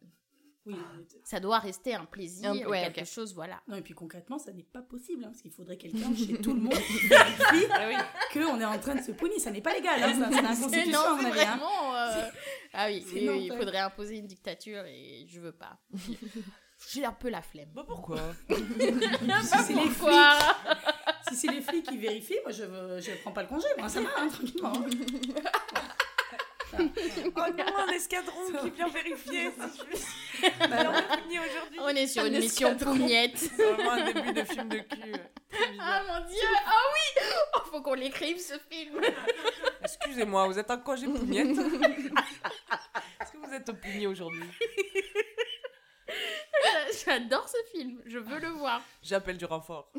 [SPEAKER 3] Oui.
[SPEAKER 8] Ah.
[SPEAKER 3] euh,
[SPEAKER 8] Ça doit rester un plaisir,
[SPEAKER 5] Un- ouais,
[SPEAKER 8] quelque
[SPEAKER 5] ok.
[SPEAKER 8] chose, voilà.
[SPEAKER 3] Non, et puis concrètement, ça n'est pas possible, hein, parce qu'il faudrait quelqu'un chez tout le monde qui vérifie
[SPEAKER 7] Eh
[SPEAKER 3] qu'on est en train de se pougner. Ça n'est pas légal, hein, ça, c'est
[SPEAKER 8] C'est-
[SPEAKER 3] inconstitution,
[SPEAKER 8] non,
[SPEAKER 3] à
[SPEAKER 8] c'est
[SPEAKER 3] mon avis, hein.
[SPEAKER 8] vraiment. euh, Ah oui,
[SPEAKER 3] c'est
[SPEAKER 8] oui, oui, il
[SPEAKER 3] mental.
[SPEAKER 8] faudrait imposer une dictature et je veux pas. J'ai un peu la flemme.
[SPEAKER 7] Bah pourquoi
[SPEAKER 3] Si c'est les flics,
[SPEAKER 8] Pourquoi
[SPEAKER 3] si c'est les flics qui vérifient, moi je veux- je prends pas le congé, moi ça va, hein, tranquillement. hein.
[SPEAKER 7] Oh non, un escadron qui vient vérifier si je suis
[SPEAKER 3] Bah, alors,
[SPEAKER 7] pougnée aujourd'hui.
[SPEAKER 8] On est sur
[SPEAKER 7] Un
[SPEAKER 8] une mission
[SPEAKER 7] escadron.
[SPEAKER 8] pougnette.
[SPEAKER 7] C'est vraiment un début de film de cul. euh, Très
[SPEAKER 8] Ah
[SPEAKER 7] bizarre.
[SPEAKER 8] mon dieu Ah oui Oh, Faut qu'on l'écrive ce film
[SPEAKER 7] Excusez-moi, vous êtes un congé pougnette Est-ce que vous êtes pougnée aujourd'hui
[SPEAKER 8] J'adore ce film, je veux le voir.
[SPEAKER 7] J'appelle du renfort.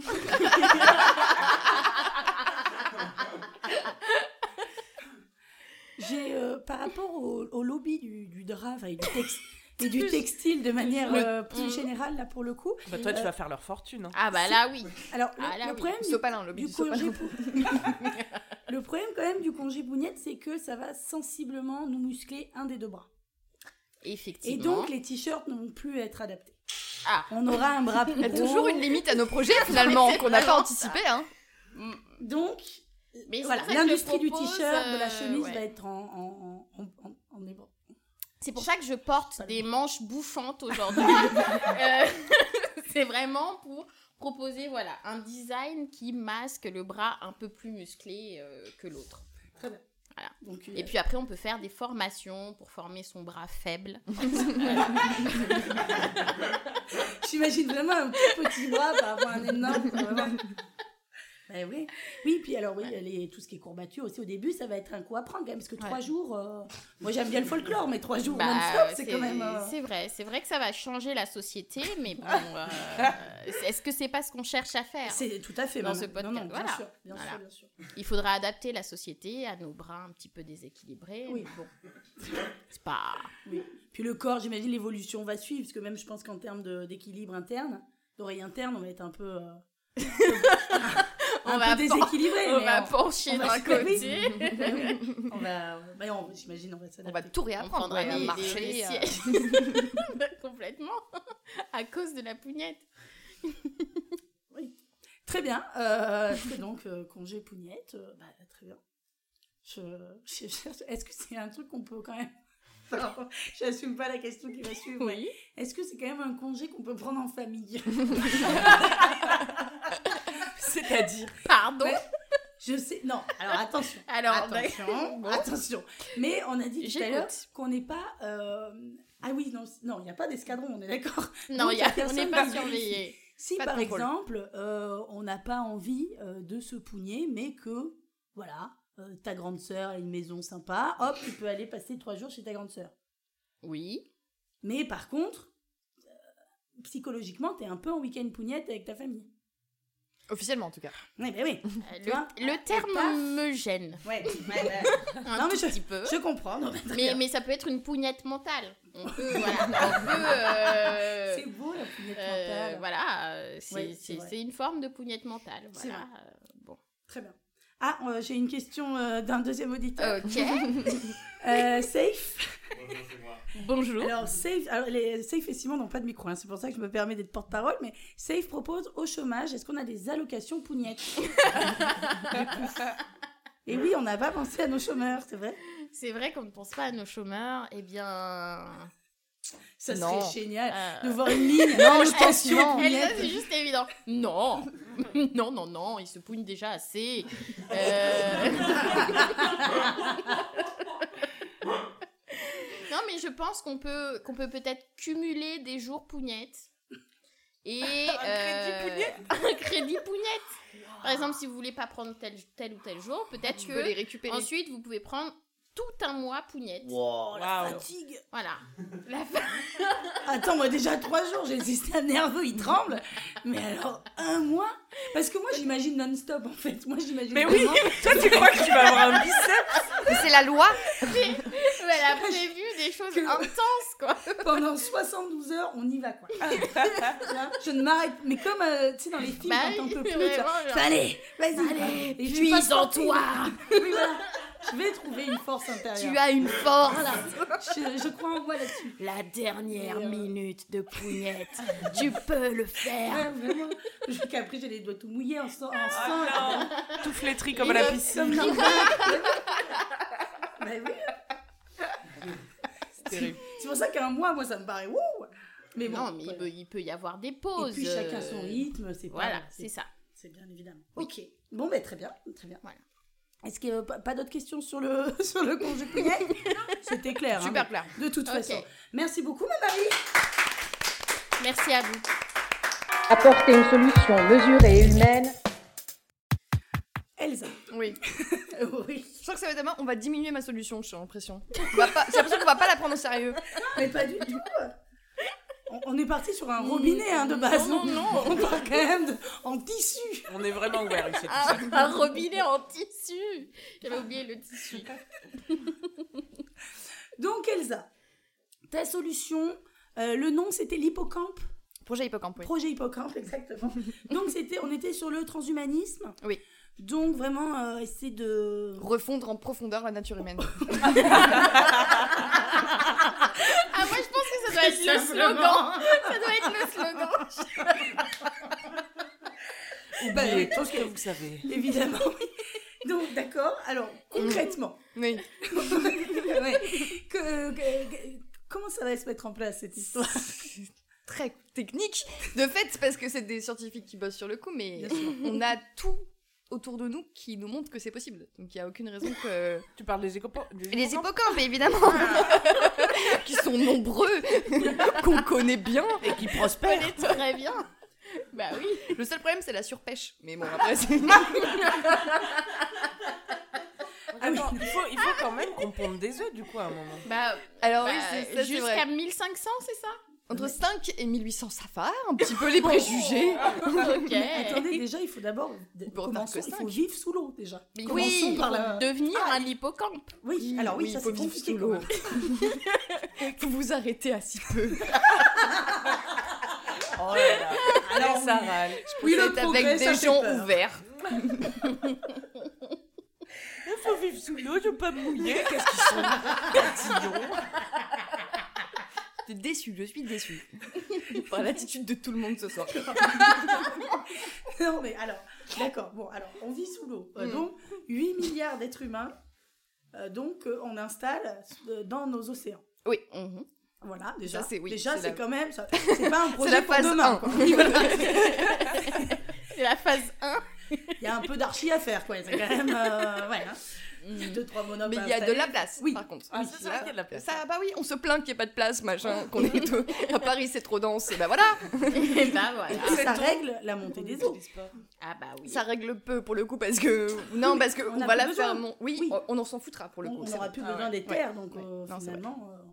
[SPEAKER 3] J'ai, euh, par rapport au, au lobby du, du drap, enfin, du texte, et du textile de manière
[SPEAKER 8] Oui.
[SPEAKER 3] euh, plus
[SPEAKER 8] Mhm.
[SPEAKER 3] générale, là, pour le coup.
[SPEAKER 7] Bah, toi, tu vas faire leur fortune. hein.
[SPEAKER 8] Ah bah là oui.
[SPEAKER 3] Alors, le,
[SPEAKER 8] Ah là
[SPEAKER 3] le
[SPEAKER 8] oui.
[SPEAKER 3] problème, du-
[SPEAKER 5] Sopalin, lobby
[SPEAKER 3] du,
[SPEAKER 5] du, sopalin.
[SPEAKER 3] congé pou- le problème, quand même, du congé bougnette, c'est que ça va sensiblement nous muscler un des deux bras. Et
[SPEAKER 8] Effectivement.
[SPEAKER 3] donc, les t-shirts ne vont plus être adaptés.
[SPEAKER 8] Ah.
[SPEAKER 3] On aura un bras plus
[SPEAKER 5] Il y a
[SPEAKER 3] gros.
[SPEAKER 5] toujours une limite à nos projets finalement
[SPEAKER 8] c'est
[SPEAKER 5] qu'on n'a pas
[SPEAKER 8] vraiment
[SPEAKER 5] anticipé. Hein.
[SPEAKER 3] Donc,
[SPEAKER 8] Mais
[SPEAKER 3] voilà,
[SPEAKER 8] c'est pour ça que
[SPEAKER 3] l'industrie
[SPEAKER 8] je
[SPEAKER 3] du
[SPEAKER 8] propose,
[SPEAKER 3] t-shirt, de la
[SPEAKER 8] euh,
[SPEAKER 3] chemise
[SPEAKER 8] ouais.
[SPEAKER 3] va être en, en, en, en- en- en ébran.
[SPEAKER 8] C'est pour ça que je porte des manches bouffantes aujourd'hui. Euh, c'est vraiment pour proposer voilà un design qui masque le bras un peu plus musclé euh, que l'autre.
[SPEAKER 3] Donc,
[SPEAKER 8] Et
[SPEAKER 3] euh,
[SPEAKER 8] puis après on peut faire des formations pour former son bras faible.
[SPEAKER 3] j'imagine vraiment un tout petit bras par rapport à un énorme. vraiment. Ben oui. oui, puis alors oui, les- tout ce qui est courbature aussi au début, ça va être un coup à prendre quand même, parce que
[SPEAKER 8] Ouais.
[SPEAKER 3] trois jours, euh, moi j'aime bien le folklore, mais trois jours
[SPEAKER 8] Bah,
[SPEAKER 3] non-stop, c'est quand même... euh,
[SPEAKER 8] c'est vrai, c'est vrai que ça va changer la société, mais bon, euh, euh, est-ce que c'est pas ce qu'on cherche à faire
[SPEAKER 3] C'est tout à fait
[SPEAKER 8] Dans
[SPEAKER 3] maman.
[SPEAKER 8] ce podcast,
[SPEAKER 3] Non, non, bien
[SPEAKER 8] voilà.
[SPEAKER 3] sûr, bien
[SPEAKER 8] Voilà.
[SPEAKER 3] sûr, bien sûr.
[SPEAKER 8] Il faudra adapter la société à nos bras un petit peu déséquilibrés.
[SPEAKER 3] Oui.
[SPEAKER 8] mais Bon, c'est pas.
[SPEAKER 3] Puis le corps, j'imagine l'évolution va suivre, parce que même je pense qu'en termes de- d'équilibre interne, d'oreille interne, on va être un peu, euh,
[SPEAKER 8] On
[SPEAKER 3] un
[SPEAKER 8] va
[SPEAKER 3] peu
[SPEAKER 8] pas-
[SPEAKER 3] déséquilibré.
[SPEAKER 8] On
[SPEAKER 3] Eh, mais
[SPEAKER 8] va
[SPEAKER 3] on-
[SPEAKER 8] pencher
[SPEAKER 3] on va
[SPEAKER 8] d'un
[SPEAKER 3] se lever.
[SPEAKER 8] côté.
[SPEAKER 3] on va, ben, on- j'imagine, on va
[SPEAKER 5] On va
[SPEAKER 3] s'adapter.
[SPEAKER 5] tout
[SPEAKER 8] On
[SPEAKER 5] réapprendre.
[SPEAKER 8] prendra
[SPEAKER 5] On va
[SPEAKER 8] des,
[SPEAKER 5] marcher.
[SPEAKER 8] des- des
[SPEAKER 5] euh,
[SPEAKER 8] sièges. Complètement. À cause de la pugnette.
[SPEAKER 3] Très bien. Euh, c'est donc euh, congé pougnette. euh, bah, très bien. Je, je cherche- Est-ce que c'est un truc qu'on peut quand même. Pardon, J'assume pas la question qui va suivre. mais Est-ce que c'est quand même un congé qu'on peut prendre en famille
[SPEAKER 7] C'est-à-dire.
[SPEAKER 8] Pardon.
[SPEAKER 3] Ouais. Je sais. Non, alors attention.
[SPEAKER 8] Alors,
[SPEAKER 3] attention. Attention. Mais on a dit tout à
[SPEAKER 8] J'écoute.
[SPEAKER 3] l'heure qu'on n'est pas. euh, Ah oui, non, c'est- non, il n'y a pas d'escadron, on est d'accord.
[SPEAKER 8] non,
[SPEAKER 3] Donc,
[SPEAKER 8] y a-
[SPEAKER 3] la
[SPEAKER 8] on
[SPEAKER 3] personne
[SPEAKER 8] n'est pas
[SPEAKER 3] va vérifier.
[SPEAKER 8] surveillé.
[SPEAKER 3] Si
[SPEAKER 5] Pas de
[SPEAKER 3] par
[SPEAKER 5] contrôle.
[SPEAKER 3] exemple, euh, on n'a pas envie euh, de se pougner, mais que, voilà, euh, ta grande sœur a une maison sympa, hop, tu peux aller passer trois jours chez ta grande sœur.
[SPEAKER 8] Oui.
[SPEAKER 3] Mais par contre, euh, psychologiquement, t'es un peu en week-end pougnette avec ta famille.
[SPEAKER 5] Officiellement en tout cas.
[SPEAKER 3] Oui, ben oui.
[SPEAKER 8] Euh,
[SPEAKER 3] Tu
[SPEAKER 8] Le,
[SPEAKER 3] vois
[SPEAKER 8] le terme
[SPEAKER 3] paf.
[SPEAKER 8] me gêne
[SPEAKER 3] Ouais, ouais, ouais.
[SPEAKER 8] un
[SPEAKER 3] Non, mais
[SPEAKER 8] tout
[SPEAKER 3] je-
[SPEAKER 8] petit peu.
[SPEAKER 3] Je comprends. non, mais très
[SPEAKER 8] Mais,
[SPEAKER 3] bien.
[SPEAKER 8] mais ça peut être une pugnette mentale. On peut, voilà, on peut, euh,
[SPEAKER 3] c'est beau la pougnette
[SPEAKER 8] euh,
[SPEAKER 3] mentale.
[SPEAKER 8] voilà, euh, c'est
[SPEAKER 3] Ouais, c'est
[SPEAKER 8] c'est-
[SPEAKER 3] vrai.
[SPEAKER 8] c'est une forme de pugnette mentale.
[SPEAKER 3] C'est
[SPEAKER 8] Voilà. euh,
[SPEAKER 3] Très bien. Ah, euh, j'ai une question euh, d'un deuxième auditeur.
[SPEAKER 8] Ok.
[SPEAKER 3] Euh, safe
[SPEAKER 6] Bonjour, c'est moi.
[SPEAKER 8] Bonjour.
[SPEAKER 3] Alors, Safe, alors les, Safe et Simon n'ont pas de micro, hein, c'est pour ça que je me permets d'être porte-parole, mais Safe propose au chômage, est-ce qu'on a des allocations pougnettes Et oui, on n'a pas pensé à nos chômeurs, c'est vrai
[SPEAKER 8] C'est vrai qu'on ne pense pas à nos chômeurs. Eh bien.
[SPEAKER 3] Ça
[SPEAKER 5] Non.
[SPEAKER 3] serait génial
[SPEAKER 8] euh,
[SPEAKER 3] de voir une ligne.
[SPEAKER 5] Non, je
[SPEAKER 3] Elle-
[SPEAKER 5] pense
[SPEAKER 3] elle-
[SPEAKER 5] non.
[SPEAKER 8] Elle, ça,
[SPEAKER 3] pougnettes.
[SPEAKER 8] c'est juste évident. Non, non, non, non, ils se pougnent déjà assez. Euh, non, mais je pense qu'on peut qu'on peut peut-être cumuler des jours pougnettes. Et
[SPEAKER 7] Un crédit
[SPEAKER 8] euh,
[SPEAKER 7] pougnette
[SPEAKER 8] un crédit pougnette. Par exemple, si vous voulez pas prendre tel, tel ou tel jour, peut-être
[SPEAKER 5] Tu peux les
[SPEAKER 8] que
[SPEAKER 5] récupérer.
[SPEAKER 8] ensuite vous pouvez prendre tout un mois pougnette.
[SPEAKER 3] Wow, Oh, la
[SPEAKER 7] Waouh.
[SPEAKER 3] fatigue
[SPEAKER 8] Voilà. La
[SPEAKER 3] Attends, moi déjà trois jours, j'ai le système nerveux, il tremble. Mais alors, un mois Parce que moi, j'imagine non-stop, en fait. Moi, j'imagine
[SPEAKER 7] Mais oui,
[SPEAKER 3] vraiment-
[SPEAKER 7] toi, tu crois que tu vas avoir un bicep
[SPEAKER 5] Mais C'est la loi.
[SPEAKER 8] Elle a prévu des choses intenses, quoi.
[SPEAKER 3] pendant 72 heures, on y va quoi.
[SPEAKER 8] Ah.
[SPEAKER 3] Tu vois, je ne m'arrête, mais comme euh, tu sais dans les films,
[SPEAKER 8] Bah
[SPEAKER 3] quand on
[SPEAKER 8] oui,
[SPEAKER 3] peut plus, tu
[SPEAKER 8] vraiment,
[SPEAKER 3] vois,
[SPEAKER 8] genre.
[SPEAKER 3] fais, allez, vas-y, allez,
[SPEAKER 8] Je suis en toi.
[SPEAKER 3] Oui voilà, je vais trouver une force
[SPEAKER 8] Tu
[SPEAKER 3] intérieure.
[SPEAKER 8] as une force.
[SPEAKER 3] Voilà, je, je crois en moi là-dessus.
[SPEAKER 8] La dernière
[SPEAKER 3] Et, euh,
[SPEAKER 8] minute de pougnette. tu peux le faire.
[SPEAKER 3] Ouais, vraiment. Jusqu'à après, j'ai les doigts tout mouillés en sang. En sang
[SPEAKER 7] Ah non, Tout flétri comme à la piscine.
[SPEAKER 3] Comme normal. Mais oui,
[SPEAKER 7] C'est terrible.
[SPEAKER 3] C'est pour ça qu'un mois, moi, ça me paraît wouh. Mais bon,
[SPEAKER 8] non, mais il
[SPEAKER 3] voilà.
[SPEAKER 8] peut, il peut y avoir des
[SPEAKER 3] Et
[SPEAKER 8] pauses.
[SPEAKER 3] puis chacun son
[SPEAKER 8] euh,
[SPEAKER 3] rythme, c'est pas-
[SPEAKER 8] Voilà, c'est ça.
[SPEAKER 3] C'est bien évidemment. Ok. Bon, ben très bien, très bien.
[SPEAKER 8] Voilà.
[SPEAKER 3] Est-ce qu'il n'y a pas, pas d'autres questions sur le, sur le congé pouillet C'était clair. hein,
[SPEAKER 5] Super clair.
[SPEAKER 3] de toute
[SPEAKER 8] Ok.
[SPEAKER 3] façon. Merci beaucoup, ma Marie.
[SPEAKER 8] Merci à vous.
[SPEAKER 1] Apporter une solution mesurée et humaine
[SPEAKER 3] Elsa. Euh,
[SPEAKER 5] Oui.
[SPEAKER 3] oui.
[SPEAKER 5] Je crois que ça va être demain. On va diminuer ma solution. J'ai l'impression. On va pas- J'ai l'impression qu'on va pas la prendre au sérieux.
[SPEAKER 3] Mais pas du tout. On, on est parti sur un robinet hein, de base.
[SPEAKER 8] Non, non, non.
[SPEAKER 3] On part quand même de- en tissu.
[SPEAKER 7] On est vraiment ouvert ici. tout
[SPEAKER 8] Ah,
[SPEAKER 7] ça.
[SPEAKER 8] un robinet en tissu. J'avais oublié le tissu.
[SPEAKER 3] Donc, Elsa, ta solution Euh, le nom, c'était l'hippocampe.
[SPEAKER 5] Projet Hippocampe, oui.
[SPEAKER 3] Projet Hippocampe, exactement. Donc, c'était, on était sur le transhumanisme.
[SPEAKER 5] Oui.
[SPEAKER 3] Donc, vraiment, euh, essayer de.
[SPEAKER 5] Refondre en profondeur la nature humaine. ah, moi, je pense que ça doit être le slogan. Ça doit être le slogan.
[SPEAKER 7] Oubliez tout ce que vous savez.
[SPEAKER 3] Évidemment, oui. Donc, d'accord. Alors, concrètement,
[SPEAKER 5] Oui.
[SPEAKER 3] Ouais. Que- que- que- comment ça va se mettre en place cette histoire
[SPEAKER 5] très technique. De fait, c'est parce que c'est des scientifiques qui bossent sur le coup, mais on a tout autour de nous qui nous montre que c'est possible. Donc il n'y a aucune raison que...
[SPEAKER 7] Tu parles des écopo- des
[SPEAKER 5] Et Les
[SPEAKER 7] écocampes
[SPEAKER 5] hippocampes, évidemment Qui sont nombreux, qu'on connaît bien,
[SPEAKER 7] et qui prospèrent.
[SPEAKER 8] Très bien. Bah oui.
[SPEAKER 5] Le seul problème, c'est la surpêche. Mais bon, après, c'est...
[SPEAKER 3] Ah oui.
[SPEAKER 7] Attends, il, faut, il faut quand même qu'on pompe des œufs du coup à un moment.
[SPEAKER 8] Bah,
[SPEAKER 5] Alors
[SPEAKER 8] bah,
[SPEAKER 5] Ah oui, c'est, ça, c'est
[SPEAKER 8] jusqu'à
[SPEAKER 5] vrai.
[SPEAKER 8] 1500, c'est ça
[SPEAKER 5] Entre 5 et 1800, ça va, un petit peu
[SPEAKER 3] Oh.
[SPEAKER 5] les préjugés.
[SPEAKER 8] Ok.
[SPEAKER 3] Mais attendez, déjà, il faut d'abord.
[SPEAKER 5] peut en
[SPEAKER 3] Commençons,
[SPEAKER 5] faire que
[SPEAKER 3] il faut
[SPEAKER 5] cinq.
[SPEAKER 3] vivre sous l'eau déjà.
[SPEAKER 5] Mais
[SPEAKER 3] Commençons
[SPEAKER 5] oui,
[SPEAKER 3] par la-
[SPEAKER 8] Devenir
[SPEAKER 5] ah.
[SPEAKER 8] un hippocampe.
[SPEAKER 3] Oui, alors oui,
[SPEAKER 5] Oui,
[SPEAKER 3] ça
[SPEAKER 5] il faut
[SPEAKER 3] c'est
[SPEAKER 5] vivre
[SPEAKER 3] compliqué.
[SPEAKER 5] sous
[SPEAKER 3] quand
[SPEAKER 5] l'eau.
[SPEAKER 3] même.
[SPEAKER 5] Vous vous arrêtez à si peu.
[SPEAKER 7] Oh là là. Alors ça râle.
[SPEAKER 3] Oui, le
[SPEAKER 5] Vous êtes
[SPEAKER 3] progrès,
[SPEAKER 5] avec
[SPEAKER 3] ça
[SPEAKER 5] des
[SPEAKER 3] fait
[SPEAKER 5] gens
[SPEAKER 3] peur.
[SPEAKER 5] ouverts.
[SPEAKER 7] Il faut vivre sous l'eau, je veux pas me mouiller. Qu'est-ce qu'ils sont tatillons.
[SPEAKER 5] Je suis déçue, je suis déçue. Par l'attitude de tout le monde ce soir.
[SPEAKER 3] Non, mais alors, d'accord. Bon, alors, on vit sous l'eau. Euh,
[SPEAKER 5] Mm.
[SPEAKER 3] Donc, 8 milliards d'êtres humains, euh, donc, euh, on installe euh, dans nos océans.
[SPEAKER 5] Oui, mhm.
[SPEAKER 3] Voilà, déjà.
[SPEAKER 5] Ça, c'est- oui,
[SPEAKER 3] déjà,
[SPEAKER 5] c'est
[SPEAKER 3] c'est
[SPEAKER 5] la-
[SPEAKER 3] quand même. ça- C'est pas un
[SPEAKER 5] c'est
[SPEAKER 3] projet
[SPEAKER 5] la
[SPEAKER 3] pour
[SPEAKER 5] phase
[SPEAKER 3] demain.
[SPEAKER 5] 1.
[SPEAKER 3] quoi.
[SPEAKER 8] C'est la phase 1.
[SPEAKER 3] Il y a un peu d'archi à faire, quoi. C'est quand même. euh, ouais, hein.
[SPEAKER 5] Mmh.
[SPEAKER 3] Deux, trois monoples.
[SPEAKER 5] Mais
[SPEAKER 3] à
[SPEAKER 5] il y a de
[SPEAKER 3] installer.
[SPEAKER 5] la place,
[SPEAKER 3] Oui.
[SPEAKER 5] par contre.
[SPEAKER 7] Ah,
[SPEAKER 5] Oui,
[SPEAKER 7] ça, c'est vrai qu'il y a de la place.
[SPEAKER 5] Ça, bah oui, on se plaint qu'il n'y ait pas de place, machin, qu'on est deux. À Paris, c'est trop dense, et bah voilà
[SPEAKER 8] Et bah voilà.
[SPEAKER 3] Et Ah, Ça règle la montée des eaux.
[SPEAKER 8] Ah bah oui.
[SPEAKER 5] Ça règle peu, pour le coup, parce que... Non, parce que
[SPEAKER 3] on
[SPEAKER 5] on,
[SPEAKER 3] a
[SPEAKER 5] va
[SPEAKER 3] plus
[SPEAKER 5] la
[SPEAKER 3] besoin.
[SPEAKER 5] faire... mon- Oui,
[SPEAKER 3] Oui.
[SPEAKER 5] on- on en s'en foutra, pour le
[SPEAKER 3] On
[SPEAKER 5] coup. c'est
[SPEAKER 3] n'aura
[SPEAKER 5] vrai.
[SPEAKER 3] plus
[SPEAKER 8] Ah
[SPEAKER 3] besoin
[SPEAKER 8] ouais.
[SPEAKER 3] des terres, donc
[SPEAKER 5] Ouais.
[SPEAKER 3] euh,
[SPEAKER 5] Non, c'est vrai.
[SPEAKER 3] finalement, euh,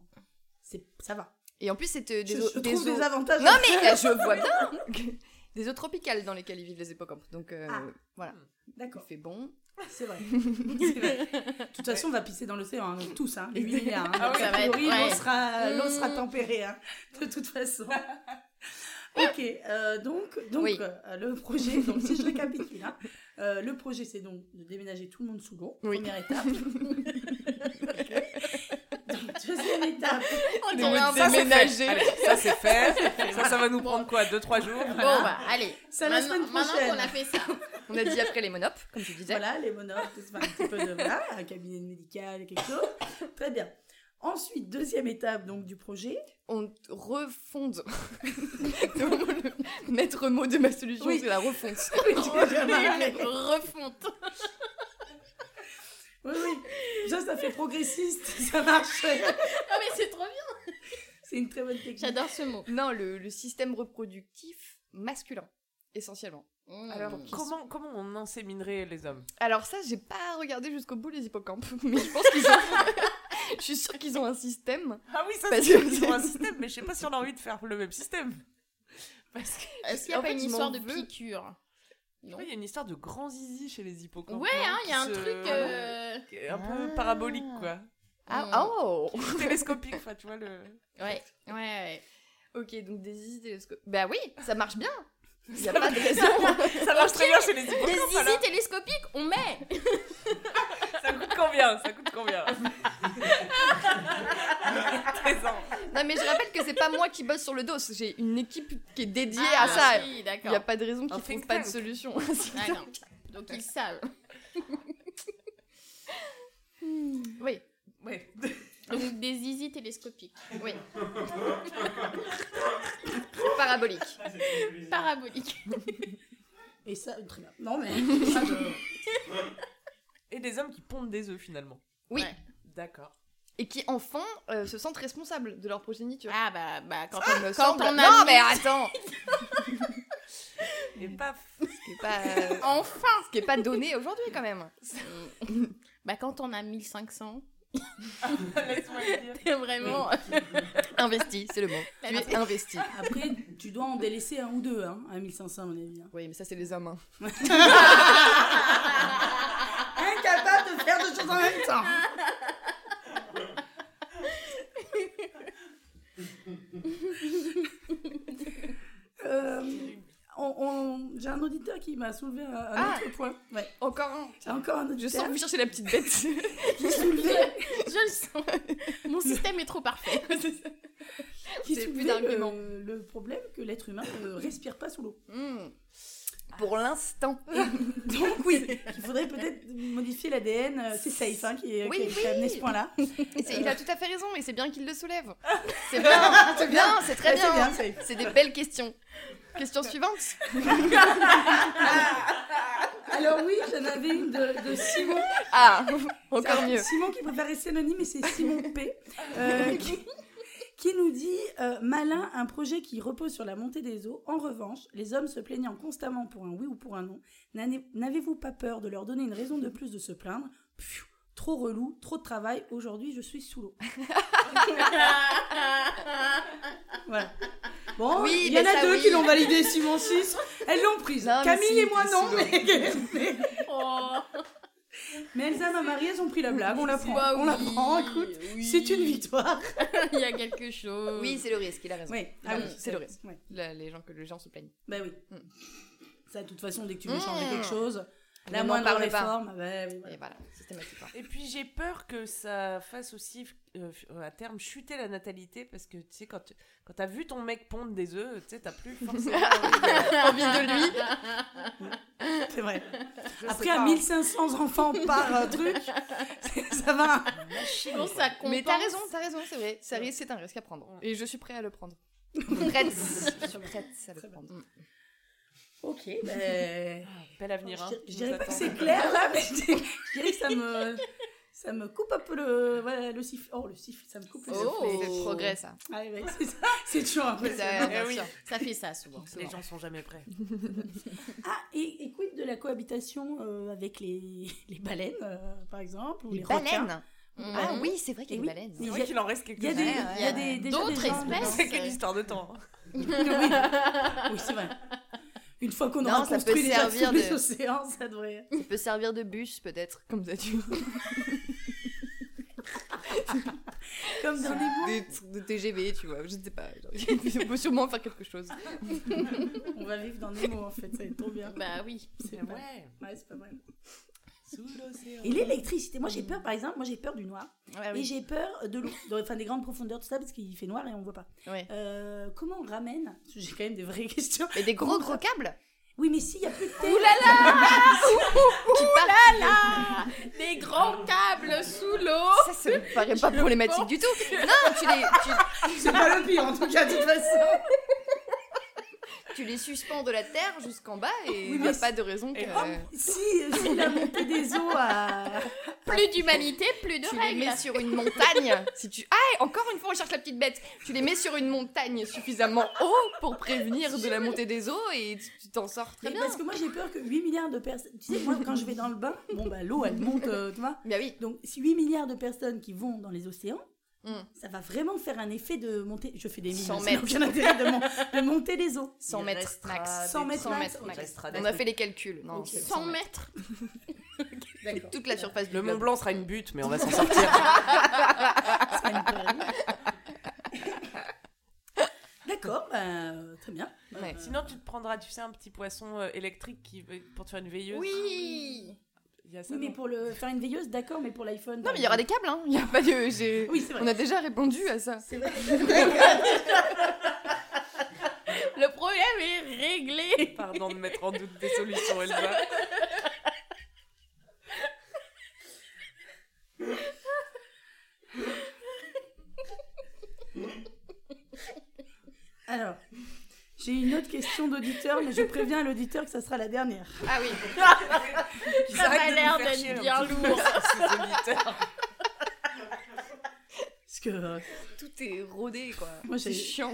[SPEAKER 3] c'est ça va.
[SPEAKER 5] Et en plus, c'est euh, des
[SPEAKER 3] je,
[SPEAKER 5] eaux...
[SPEAKER 3] je
[SPEAKER 5] des
[SPEAKER 3] trouve
[SPEAKER 5] eaux-
[SPEAKER 3] des avantages.
[SPEAKER 5] Non, mais euh, je vois bien Des eaux tropicales dans lesquelles ils vivent les hippocampes. Donc, euh,
[SPEAKER 3] Ah.
[SPEAKER 5] voilà, il
[SPEAKER 3] D'accord,
[SPEAKER 5] fait bon.
[SPEAKER 3] c'est vrai. C'est vrai. De toute façon, on va pisser dans l'océan, hein, donc tous, hein, les 8 milliards. hein.
[SPEAKER 8] Ah
[SPEAKER 3] A
[SPEAKER 8] oui, ça va être-
[SPEAKER 3] priori,
[SPEAKER 8] ouais.
[SPEAKER 3] l'eau sera, l'eau sera
[SPEAKER 8] Mm.
[SPEAKER 3] tempérée, hein, de toute façon. ok, euh, donc, donc
[SPEAKER 5] Oui.
[SPEAKER 3] euh, le projet, donc, si je récapitule, hein, euh, le projet, c'est donc de déménager tout le monde sous l'eau,
[SPEAKER 5] Oui.
[SPEAKER 3] première étape. Donc, deuxième étape,
[SPEAKER 8] On
[SPEAKER 5] dirait un
[SPEAKER 7] Ça, c'est
[SPEAKER 5] Déménager.
[SPEAKER 7] fait. Allez, ça c'est fait. Ça, ça va nous prendre quoi Deux, trois jours
[SPEAKER 8] Bon bah allez.
[SPEAKER 3] ça la
[SPEAKER 8] Maintenant-
[SPEAKER 3] semaine
[SPEAKER 8] Maintenant qu'on
[SPEAKER 3] prochaine.
[SPEAKER 8] a fait ça.
[SPEAKER 5] On a dit après les monopes, comme tu disais.
[SPEAKER 3] Voilà, les monoples, c'est un petit peu de voilà, un cabinet médical, quelque chose. Très bien. Ensuite, deuxième étape donc du projet.
[SPEAKER 5] on t- refonde. Le maître mot de ma solution,
[SPEAKER 3] Oui.
[SPEAKER 5] c'est la refonte.
[SPEAKER 8] Refonte.
[SPEAKER 3] Oui, oui. Ça, ça fait progressiste, ça marche.
[SPEAKER 8] Ah mais c'est trop bien.
[SPEAKER 3] C'est une très bonne technique.
[SPEAKER 8] J'adore ce mot.
[SPEAKER 5] non, le, le système reproductif masculin, essentiellement.
[SPEAKER 8] Alors,
[SPEAKER 5] Alors, comment-
[SPEAKER 7] Comment, comment on inséminerait les hommes
[SPEAKER 5] alors ça, j'ai pas regardé jusqu'au bout les hippocampes, mais je pense qu'ils ont... Je suis sûre qu'ils ont un système.
[SPEAKER 7] Ah oui, ça
[SPEAKER 5] Parce
[SPEAKER 7] c'est
[SPEAKER 5] que-
[SPEAKER 7] ils ont un système, mais je sais pas si on a envie de faire le même système. Parce que
[SPEAKER 8] est-ce qu'il n'y a
[SPEAKER 5] En
[SPEAKER 8] pas
[SPEAKER 5] fait,
[SPEAKER 8] une
[SPEAKER 5] je m'en
[SPEAKER 8] histoire de
[SPEAKER 5] veux.
[SPEAKER 8] piqûre Non.
[SPEAKER 7] Ouais, il y a une histoire de grand zizi chez les hippocampes.
[SPEAKER 8] Ouais,
[SPEAKER 7] non
[SPEAKER 8] hein, il y a un
[SPEAKER 7] Qui se-
[SPEAKER 8] truc. euh,
[SPEAKER 7] qui est Un peu
[SPEAKER 5] Ah.
[SPEAKER 7] parabolique, quoi.
[SPEAKER 5] Ah, oh
[SPEAKER 7] Télescopique, enfin, tu vois le.
[SPEAKER 8] Ouais, ouais, ouais.
[SPEAKER 5] Ok, donc des zizi télescopes. Bah oui, ça marche bien. Il y a pas de raison.
[SPEAKER 7] Ça marche très bien chez les
[SPEAKER 8] Des
[SPEAKER 7] hippocampes,
[SPEAKER 8] zizi
[SPEAKER 7] alors.
[SPEAKER 8] télescopiques, on met
[SPEAKER 7] Ça coûte combien Ça coûte combien Présent.
[SPEAKER 5] non, mais je rappelle que c'est pas moi qui bosse sur le dos. J'ai une équipe qui est dédiée à
[SPEAKER 8] Ah,
[SPEAKER 5] ça.
[SPEAKER 8] oui,
[SPEAKER 5] Il n'y a
[SPEAKER 8] d'accord.
[SPEAKER 5] pas de raison qu'ils
[SPEAKER 7] Un
[SPEAKER 5] trouvent
[SPEAKER 7] think
[SPEAKER 5] pas de
[SPEAKER 7] tank.
[SPEAKER 5] solution.
[SPEAKER 8] Ah, non. Donc ils savent.
[SPEAKER 5] oui.
[SPEAKER 7] Ouais.
[SPEAKER 8] Donc des zizi télescopiques.
[SPEAKER 5] Oui. Parabolique.
[SPEAKER 8] Paraboliques.
[SPEAKER 3] Et ça, très bien. Non, mais ça, je-
[SPEAKER 7] Et des hommes qui pondent des œufs, finalement.
[SPEAKER 5] Oui.
[SPEAKER 8] Ouais.
[SPEAKER 7] D'accord.
[SPEAKER 5] Et qui enfin euh, se sentent responsables de leur progéniture.
[SPEAKER 8] Ah bah, bah quand
[SPEAKER 5] Ça me
[SPEAKER 8] quand
[SPEAKER 5] semble-
[SPEAKER 8] on a
[SPEAKER 5] non
[SPEAKER 8] mis-
[SPEAKER 5] mais attends,
[SPEAKER 7] Et paf
[SPEAKER 5] ce qui est pas, euh,
[SPEAKER 8] on... Enfin
[SPEAKER 5] ce qui est pas donné aujourd'hui quand même.
[SPEAKER 8] Bah quand on a 1500,
[SPEAKER 7] Laisse-moi le dire.
[SPEAKER 8] c'est vraiment... euh,
[SPEAKER 5] Investi, c'est le mot. Tu es investi.
[SPEAKER 3] Après, tu dois en délaisser un ou deux, hein, à 1500, à mon avis. hein.
[SPEAKER 5] Oui, mais ça c'est les hommes. hein.
[SPEAKER 8] Ah,
[SPEAKER 3] Incapable de faire deux choses en même temps. Euh, auditeur qui m'a soulevé un, un
[SPEAKER 5] Ah.
[SPEAKER 3] autre point. Ouais.
[SPEAKER 5] Encore un.
[SPEAKER 3] C'est encore un auditeur.
[SPEAKER 5] Je sens vous chercher la petite bête.
[SPEAKER 3] qui soulevait,
[SPEAKER 8] Je le sens. Mon système est trop parfait.
[SPEAKER 3] qui
[SPEAKER 5] J'ai plus
[SPEAKER 3] soulevait
[SPEAKER 5] d'arguments.
[SPEAKER 3] le, le problème que l'être humain ne respire pas sous l'eau.
[SPEAKER 5] Hmm. Pour l'instant.
[SPEAKER 3] Donc oui, il faudrait peut-être modifier l'ADN. euh, C'est safe hein, qui,
[SPEAKER 5] Oui,
[SPEAKER 3] qui- qui a amené ce point-là.
[SPEAKER 5] Et c'est- Il a tout à fait raison et c'est bien qu'il le soulève. C'est bien, c'est bien, c'est très
[SPEAKER 3] Ouais, c'est
[SPEAKER 5] bien.
[SPEAKER 3] bien, safe.
[SPEAKER 5] C'est des belles questions. Question suivante.
[SPEAKER 3] Alors oui, j'en avais une de, de Simon.
[SPEAKER 5] Ah, encore mieux.
[SPEAKER 3] Simon qui préfère rester anonyme, mais c'est Simon P. euh, qui, qui nous dit euh, Malin, un projet qui repose sur la montée des eaux. En revanche, les hommes se plaignant constamment pour un oui ou pour un non, n'ane- n'avez-vous pas peur de leur donner une raison de plus de se plaindre Pfiou, Trop relou, trop de travail. Aujourd'hui, je suis sous l'eau. Voilà. Bon,
[SPEAKER 5] Oui,
[SPEAKER 3] il y en
[SPEAKER 5] mais
[SPEAKER 3] a
[SPEAKER 5] ça,
[SPEAKER 3] deux
[SPEAKER 5] oui.
[SPEAKER 3] qui l'ont validé, Simon 6. Elles l'ont prise.
[SPEAKER 5] Non, mais
[SPEAKER 3] Camille
[SPEAKER 5] si,
[SPEAKER 3] et moi,
[SPEAKER 5] t'es
[SPEAKER 3] non.
[SPEAKER 5] sous
[SPEAKER 3] Mais, mais-
[SPEAKER 8] Oh.
[SPEAKER 3] mais Elsa, ma Marie, elles ont pris la blague. On la prend.
[SPEAKER 8] Bah
[SPEAKER 3] on la
[SPEAKER 8] oui,
[SPEAKER 3] prend, écoute.
[SPEAKER 8] oui.
[SPEAKER 3] C'est une victoire.
[SPEAKER 8] Il y a quelque chose.
[SPEAKER 5] Oui, c'est le risque, il a raison.
[SPEAKER 3] Oui,
[SPEAKER 5] Ah oui, c'est le risque.
[SPEAKER 3] Ouais.
[SPEAKER 5] Là, les gens que les gens se plaignent.
[SPEAKER 3] Bah oui.
[SPEAKER 5] Mm.
[SPEAKER 3] Ça, de toute façon, dès que tu veux
[SPEAKER 5] Mm.
[SPEAKER 3] changer quelque chose, la
[SPEAKER 5] Ne m'en
[SPEAKER 3] moindre
[SPEAKER 5] parlez pas.
[SPEAKER 3] réforme, bah oui, voilà.
[SPEAKER 5] Et voilà, systématiquement.
[SPEAKER 7] Et puis j'ai peur que ça fasse aussi euh, à terme chuter la natalité parce que tu sais quand tu- quand t'as vu ton mec pondre des œufs, tu sais t'as plus forcément envie de-
[SPEAKER 5] Envie de lui.
[SPEAKER 3] c'est vrai.
[SPEAKER 7] je
[SPEAKER 3] Après,
[SPEAKER 7] sais
[SPEAKER 3] à
[SPEAKER 7] pas.
[SPEAKER 3] 1500 enfants par euh, truc, c'est- ça va.
[SPEAKER 8] Bon, ça compense.
[SPEAKER 5] Mais t'as raison, t'as raison, c'est vrai. Ça risque- C'est un risque à prendre. Et je suis prêt à le prendre. Prête. Je suis prête à le prendre.
[SPEAKER 3] Ok, ben.
[SPEAKER 7] Bel avenir. Hein,
[SPEAKER 3] Je, dir- je
[SPEAKER 7] qui
[SPEAKER 3] dirais
[SPEAKER 7] nous
[SPEAKER 3] pas que
[SPEAKER 7] attend.
[SPEAKER 3] c'est clair là, mais je dirais, je dirais que ça me, ça me coupe un peu le, voilà, le sifflet. Oh, le sifflet, ça me coupe le
[SPEAKER 8] Oh.
[SPEAKER 5] C'est
[SPEAKER 3] sifflet.
[SPEAKER 5] le progrès, ça.
[SPEAKER 3] Ah ouais, c'est ça, c'est toujours un peu
[SPEAKER 5] Ça,
[SPEAKER 3] ça.
[SPEAKER 5] bien
[SPEAKER 7] oui.
[SPEAKER 5] sûr.
[SPEAKER 8] Ça fait ça souvent.
[SPEAKER 7] Les gens sont jamais prêts.
[SPEAKER 3] Ah, et, et quid de la cohabitation euh, avec les, les baleines, euh, par exemple ou
[SPEAKER 5] Les
[SPEAKER 3] requins
[SPEAKER 5] baleines. Ah oui, c'est vrai qu'il y a
[SPEAKER 3] Eh oui.
[SPEAKER 5] des baleines.
[SPEAKER 7] C'est
[SPEAKER 3] Il y
[SPEAKER 7] vrai
[SPEAKER 3] a-
[SPEAKER 7] qu'il en reste
[SPEAKER 3] Il y a des,
[SPEAKER 7] quelques-uns.
[SPEAKER 5] Ouais,
[SPEAKER 3] il y a
[SPEAKER 5] ouais,
[SPEAKER 3] des,
[SPEAKER 5] ouais.
[SPEAKER 3] déjà
[SPEAKER 8] D'autres
[SPEAKER 3] des gens-
[SPEAKER 8] espèces.
[SPEAKER 7] C'est quelle histoire de temps. hein.
[SPEAKER 3] oui, oui, c'est vrai. Une fois qu'on aura
[SPEAKER 5] Non, ça peut
[SPEAKER 3] construit déjà
[SPEAKER 5] servir
[SPEAKER 3] tous les
[SPEAKER 5] de-
[SPEAKER 3] océans, ça devrait.
[SPEAKER 5] Ça peut servir de bus, peut-être, comme ça tu
[SPEAKER 3] Comme dans les
[SPEAKER 5] des, de TGV, tu vois, je sais pas. genre, On peut sûrement faire quelque chose.
[SPEAKER 3] mots. On va vivre dans les mots en fait, ça va être trop bien.
[SPEAKER 8] Bah oui.
[SPEAKER 3] C'est pas-
[SPEAKER 7] Ouais.
[SPEAKER 3] ouais, c'est pas mal.
[SPEAKER 7] Sous l'océan.
[SPEAKER 3] Et l'électricité, moi j'ai peur par exemple, moi j'ai peur du noir.
[SPEAKER 5] Ouais,
[SPEAKER 3] Et j'ai peur de l'eau, dans- enfin des grandes profondeurs, tout ça, parce qu'il fait noir et on voit pas.
[SPEAKER 5] Ouais.
[SPEAKER 3] Euh, comment on ramène Parce que J'ai quand même des vraies questions.
[SPEAKER 5] Mais des gros
[SPEAKER 3] Comment
[SPEAKER 5] gros
[SPEAKER 3] ça-
[SPEAKER 5] câbles
[SPEAKER 3] Oui, mais s'il y a plus de thé.
[SPEAKER 5] qui partent.
[SPEAKER 8] Là Des grands câbles sous l'eau
[SPEAKER 5] Ça, ça me paraît pas problématique du tout. Non, tu les, tu,
[SPEAKER 3] C'est pas le pire en tout cas, de toute façon.
[SPEAKER 5] tu les suspends de la terre jusqu'en bas et
[SPEAKER 3] Oui,
[SPEAKER 5] il n'y a
[SPEAKER 3] mais
[SPEAKER 5] pas de raison que.
[SPEAKER 7] Et
[SPEAKER 3] Si, si la montée des eaux a.
[SPEAKER 8] Plus d'humanité, plus de
[SPEAKER 5] Tu les
[SPEAKER 8] règles.
[SPEAKER 5] mets sur une montagne. Si tu... Ah, encore une fois, on cherche la petite bête. Tu les mets sur une montagne suffisamment haut pour prévenir de la montée des eaux et tu- tu t'en sors très
[SPEAKER 3] Mais
[SPEAKER 5] bien.
[SPEAKER 3] Parce que moi j'ai peur que 8 milliards de personnes. Tu sais, moi quand je vais dans le bain, bon bah l'eau elle monte, euh, tu vois.
[SPEAKER 5] Bah oui.
[SPEAKER 3] Donc si 8 milliards de personnes qui vont dans les océans,
[SPEAKER 5] Mm.
[SPEAKER 3] ça va vraiment faire un effet de montée. Je fais des mimes,
[SPEAKER 5] 100
[SPEAKER 3] ça
[SPEAKER 5] mètres.
[SPEAKER 3] n'a aucun intérêt de, mon- de monter les eaux.
[SPEAKER 5] 100
[SPEAKER 7] Il
[SPEAKER 5] mètres
[SPEAKER 7] restera
[SPEAKER 5] max.
[SPEAKER 7] des-
[SPEAKER 3] 100 mètres
[SPEAKER 5] 100
[SPEAKER 3] max,
[SPEAKER 5] mètres
[SPEAKER 3] ok. Ah,
[SPEAKER 5] max.
[SPEAKER 7] Restera des
[SPEAKER 5] On a
[SPEAKER 7] trucs.
[SPEAKER 5] fait les calculs. Non, c'est
[SPEAKER 8] 100
[SPEAKER 5] mètres.
[SPEAKER 8] mètres.
[SPEAKER 5] C'est toute la surface
[SPEAKER 7] Le
[SPEAKER 5] du
[SPEAKER 7] Mont
[SPEAKER 5] globe.
[SPEAKER 7] Blanc sera une butte, mais on va s'en sortir.
[SPEAKER 3] Ça me paraît. D'accord, bah, très bien.
[SPEAKER 5] Ouais.
[SPEAKER 7] Sinon, tu te prendras, tu sais, un petit poisson euh, électrique qui pour te faire une veilleuse.
[SPEAKER 8] Oui
[SPEAKER 7] Il y a ça,
[SPEAKER 3] Oui, mais
[SPEAKER 7] non
[SPEAKER 3] pour le faire une veilleuse, d'accord, mais pour l'iPhone.
[SPEAKER 5] Non, mais il y aura des câbles, hein. Il y a pas de. j'ai-
[SPEAKER 3] Oui, c'est vrai.
[SPEAKER 5] On a déjà répondu à ça.
[SPEAKER 8] Le problème est réglé
[SPEAKER 7] Pardon de mettre en doute des solutions, Elsa.
[SPEAKER 3] Alors, j'ai une autre question d'auditeur, mais je préviens l'auditeur que ça sera la dernière.
[SPEAKER 5] Ah oui.
[SPEAKER 8] Ça m'a l'air d'être bien lourd
[SPEAKER 3] Parce que euh,
[SPEAKER 5] Tout est rodé, quoi.
[SPEAKER 3] moi
[SPEAKER 5] C'est
[SPEAKER 3] j'ai.
[SPEAKER 5] chiant.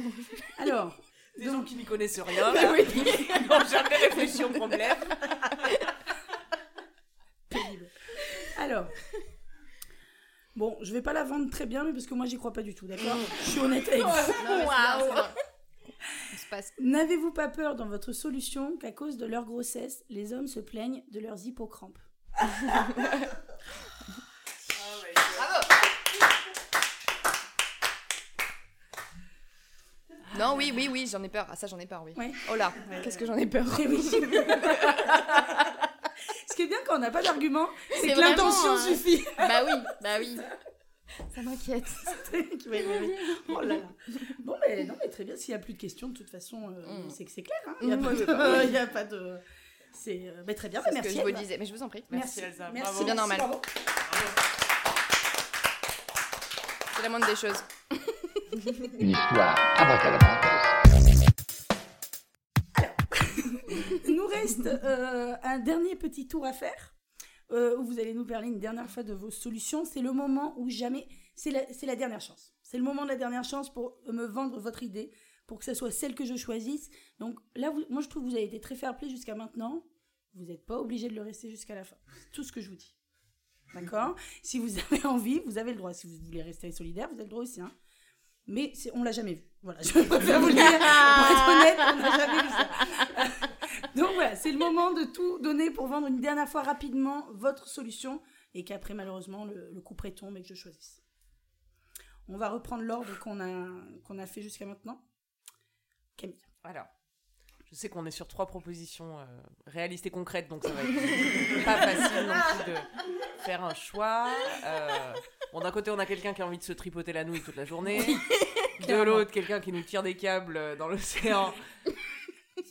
[SPEAKER 3] Alors,
[SPEAKER 7] Des gens qui n'y connaissent rien, là. Ils n'ont jamais réfléchi au problème.
[SPEAKER 3] Pénible. Alors. Bon, je vais pas la vendre très bien, mais parce que moi j'y crois pas du tout, d'accord Je suis honnête avec vous.
[SPEAKER 8] Waouh
[SPEAKER 5] On se passe.
[SPEAKER 3] N'avez-vous pas peur dans votre solution qu'à cause de leur grossesse, les hommes se plaignent de leurs hypocrampes
[SPEAKER 5] Bravo. Non, oui, oui, oui, j'en ai peur. Ah, ça, j'en ai peur, oui.
[SPEAKER 3] Ouais.
[SPEAKER 5] Oh là, qu'est-ce que j'en ai peur.
[SPEAKER 3] Eh oui. Ce qui est bien quand on n'a pas d'argument, c'est
[SPEAKER 8] C'est
[SPEAKER 3] que l'intention
[SPEAKER 8] vraiment,
[SPEAKER 5] hein.
[SPEAKER 8] euh,
[SPEAKER 3] suffit.
[SPEAKER 8] Bah oui, bah oui.
[SPEAKER 5] Ça m'inquiète.
[SPEAKER 3] Oui, oui, oui. Oh là là. Bon, mais, non, mais très bien. S'il n'y a plus de questions, de toute façon, euh,
[SPEAKER 8] Mm.
[SPEAKER 3] c'est que c'est clair. hein. Il n'y a,
[SPEAKER 5] Mm,
[SPEAKER 3] pas
[SPEAKER 5] oui,
[SPEAKER 3] de-
[SPEAKER 5] bah oui.
[SPEAKER 3] il y a pas de. C'est. euh, mais très bien,
[SPEAKER 5] C'est
[SPEAKER 3] bah,
[SPEAKER 5] ce que
[SPEAKER 3] merci.
[SPEAKER 5] je vous
[SPEAKER 3] Elsa.
[SPEAKER 5] disais. Mais je vous en prie.
[SPEAKER 7] Merci, Elsa, bravo.
[SPEAKER 5] C'est bien normal.
[SPEAKER 3] bravo.
[SPEAKER 5] C'est la moindre des choses.
[SPEAKER 10] Une histoire abracadabrantesque.
[SPEAKER 3] Il nous reste euh, un dernier petit tour à faire. euh, où vous allez nous parler une dernière fois de vos solutions. C'est le moment où jamais. C'est la, c'est la dernière chance. C'est le moment de la dernière chance pour me vendre votre idée, pour que ce soit celle que je choisisse. Donc là, vous- moi, je trouve que vous avez été très fair play jusqu'à maintenant. Vous n'êtes pas obligé de le rester jusqu'à la fin. C'est tout ce que je vous dis. D'accord Si vous avez envie, vous avez le droit. Si vous voulez rester solidaire, vous avez le droit aussi. hein. Mais c'est- on l'a jamais vu. Voilà, je préfère vous le dire. Pour être honnête, on n'a jamais vu ça. Donc voilà, c'est le moment de tout donner pour vendre une dernière fois rapidement votre solution et qu'après, malheureusement, le, le coup tombe et que je choisisse. On va reprendre l'ordre qu'on a, qu'on a fait jusqu'à maintenant. Camille.
[SPEAKER 7] Alors, je sais qu'on est sur trois propositions euh, réalistes et concrètes, donc ça va être pas facile non plus de faire un choix. Euh, bon, d'un côté, on a quelqu'un qui a envie de se tripoter la nouille toute la journée. de l'autre, quelqu'un qui nous tire des câbles euh, dans l'océan.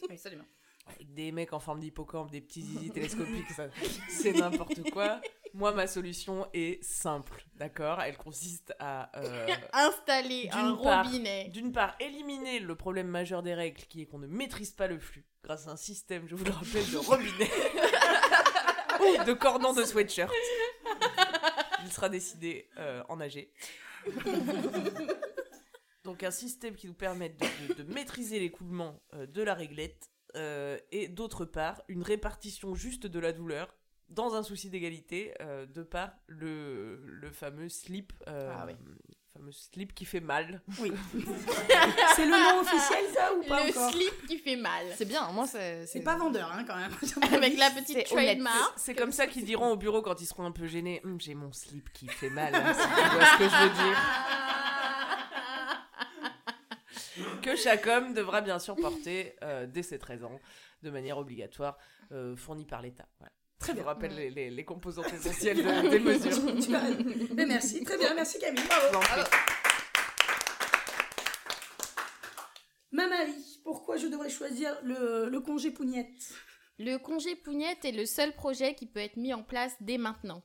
[SPEAKER 5] Absolument.
[SPEAKER 7] Avec des mecs en forme d'hippocampe, des petits zizis télescopiques, ça, c'est n'importe quoi. Moi, ma solution est simple, d'accord Elle consiste à... euh,
[SPEAKER 8] Installer un
[SPEAKER 7] D'une part.
[SPEAKER 8] robinet.
[SPEAKER 7] D'une part, éliminer le problème majeur des règles qui est qu'on ne maîtrise pas le flux grâce à un système, je vous le rappelle, de robinet ou de cordon de sweatshirt. Il sera décidé euh, en AG. Donc un système qui nous permette de, de- de maîtriser l'écoulement euh, de la réglette euh, et d'autre part une répartition juste de la douleur dans un souci d'égalité euh, de par le, le fameux slip euh,
[SPEAKER 5] Ah oui.
[SPEAKER 7] fameux slip qui fait mal
[SPEAKER 3] Oui. c'est le nom officiel, ça, ou pas
[SPEAKER 8] Le
[SPEAKER 3] encore
[SPEAKER 8] slip qui fait mal.
[SPEAKER 5] C'est bien, moi, c'est.
[SPEAKER 3] C'est pas vendeur, hein, quand même.
[SPEAKER 8] Avec la
[SPEAKER 5] C'est
[SPEAKER 8] petite
[SPEAKER 5] honnête.
[SPEAKER 8] trademark.
[SPEAKER 7] C'est Hein comme ça qu'ils diront au bureau quand ils seront un peu gênés. Hum, J'ai mon slip qui fait mal. hein, si tu vois ce que je veux dire. Que chaque homme devra bien sûr porter euh, dès ses 13 ans, de manière obligatoire, euh, fournie par l'État. Voilà.
[SPEAKER 3] Très
[SPEAKER 7] Je vous
[SPEAKER 3] bien.
[SPEAKER 7] rappelle les, les- les composantes essentielles de- des mesures.
[SPEAKER 3] Tu as raison. Mais merci, très bien, merci Camille, bravo.
[SPEAKER 5] Ah,
[SPEAKER 7] Je vous en prie.
[SPEAKER 3] Mamari, pourquoi je devrais choisir le, le congé pougnette
[SPEAKER 8] Le congé pougnette est le seul projet qui peut être mis en place dès maintenant.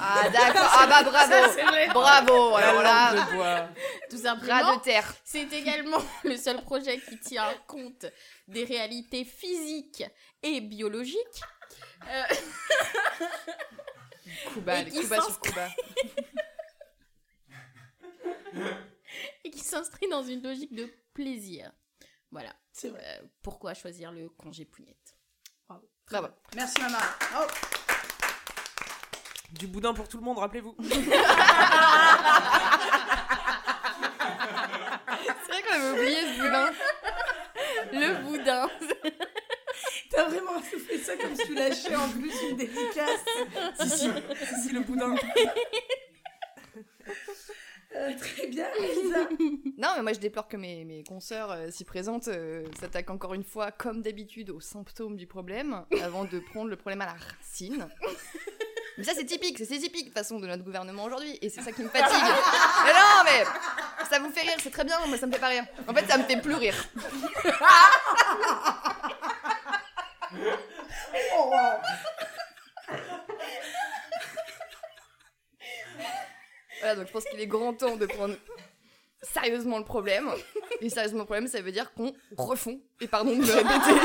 [SPEAKER 5] Ah, d'accord. Ah, bah, bravo. bravo.
[SPEAKER 7] La
[SPEAKER 5] Alors là,
[SPEAKER 7] langue de bois.
[SPEAKER 8] Tout
[SPEAKER 5] ras
[SPEAKER 8] simplement,
[SPEAKER 5] de terre.
[SPEAKER 8] c'est également le seul projet qui tient compte des réalités physiques et biologiques euh,
[SPEAKER 5] Cuba,
[SPEAKER 8] Et
[SPEAKER 5] les
[SPEAKER 8] qui
[SPEAKER 5] Cuba sur Cuba.
[SPEAKER 8] et qui s'inscrit dans une logique de plaisir. Voilà.
[SPEAKER 3] C'est vrai.
[SPEAKER 8] Euh, pourquoi choisir le congé pougnette
[SPEAKER 5] Bravo.
[SPEAKER 3] Merci Oh, Mamari. Bravo.
[SPEAKER 7] Du boudin pour tout le monde, rappelez-vous.
[SPEAKER 5] C'est vrai qu'on avait oublié ce boudin.
[SPEAKER 8] Le boudin
[SPEAKER 3] T'as vraiment fait ça comme si tu lâchais en plus une dédicace.
[SPEAKER 7] si, si, si, si, le boudin.
[SPEAKER 3] Euh, très bien, Elisa.
[SPEAKER 5] Non, mais moi je déplore que mes, mes consoeurs euh, si présentes euh, s'attaquent encore une fois, comme d'habitude, aux symptômes du problème, avant de prendre le problème à la racine. Mais ça c'est typique, c'est typique de toute façon de notre gouvernement aujourd'hui, et c'est ça qui me fatigue. Mais non, mais ça vous fait rire, c'est très bien, mais ça me fait pas rire. En fait, ça me fait plus rire.
[SPEAKER 3] Oh, wow.
[SPEAKER 5] Voilà, donc je pense qu'il est grand temps de prendre sérieusement le problème. Et sérieusement le problème, ça veut dire qu'on refond, et pardon de le répéter,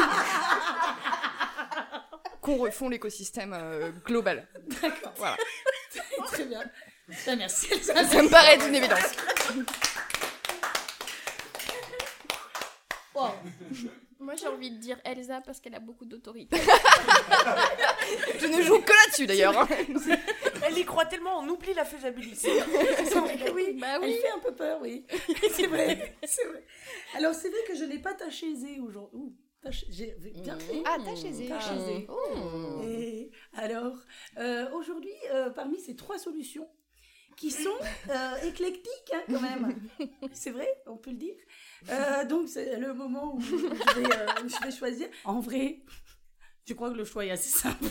[SPEAKER 5] qu'on refond l'écosystème euh, global.
[SPEAKER 3] D'accord.
[SPEAKER 5] Voilà.
[SPEAKER 3] Très bien. Bah, merci.
[SPEAKER 5] Ça me paraît être une évidence.
[SPEAKER 8] Moi j'ai envie de dire Elsa parce qu'elle a beaucoup d'autorité.
[SPEAKER 5] Je ne joue que là-dessus d'ailleurs. hein.
[SPEAKER 7] Elle y croit tellement, on oublie la faisabilité.
[SPEAKER 3] oui,
[SPEAKER 8] bah
[SPEAKER 3] Elle
[SPEAKER 8] oui
[SPEAKER 3] fait un peu peur, oui. c'est vrai, c'est vrai. Alors, c'est vrai que je n'ai pas taché Zé aujourd'hui. Ouh, taché- J'ai bien fait.
[SPEAKER 5] Ah, t'as chez
[SPEAKER 3] T'as chez Ah.
[SPEAKER 5] Oh.
[SPEAKER 3] Et alors, euh, aujourd'hui, euh, parmi ces trois solutions, qui sont euh, éclectiques hein, quand même, C'est vrai, on peut le dire. Euh, donc, c'est le moment où je, vais, euh, où je vais choisir. En vrai, je crois que le choix est assez simple.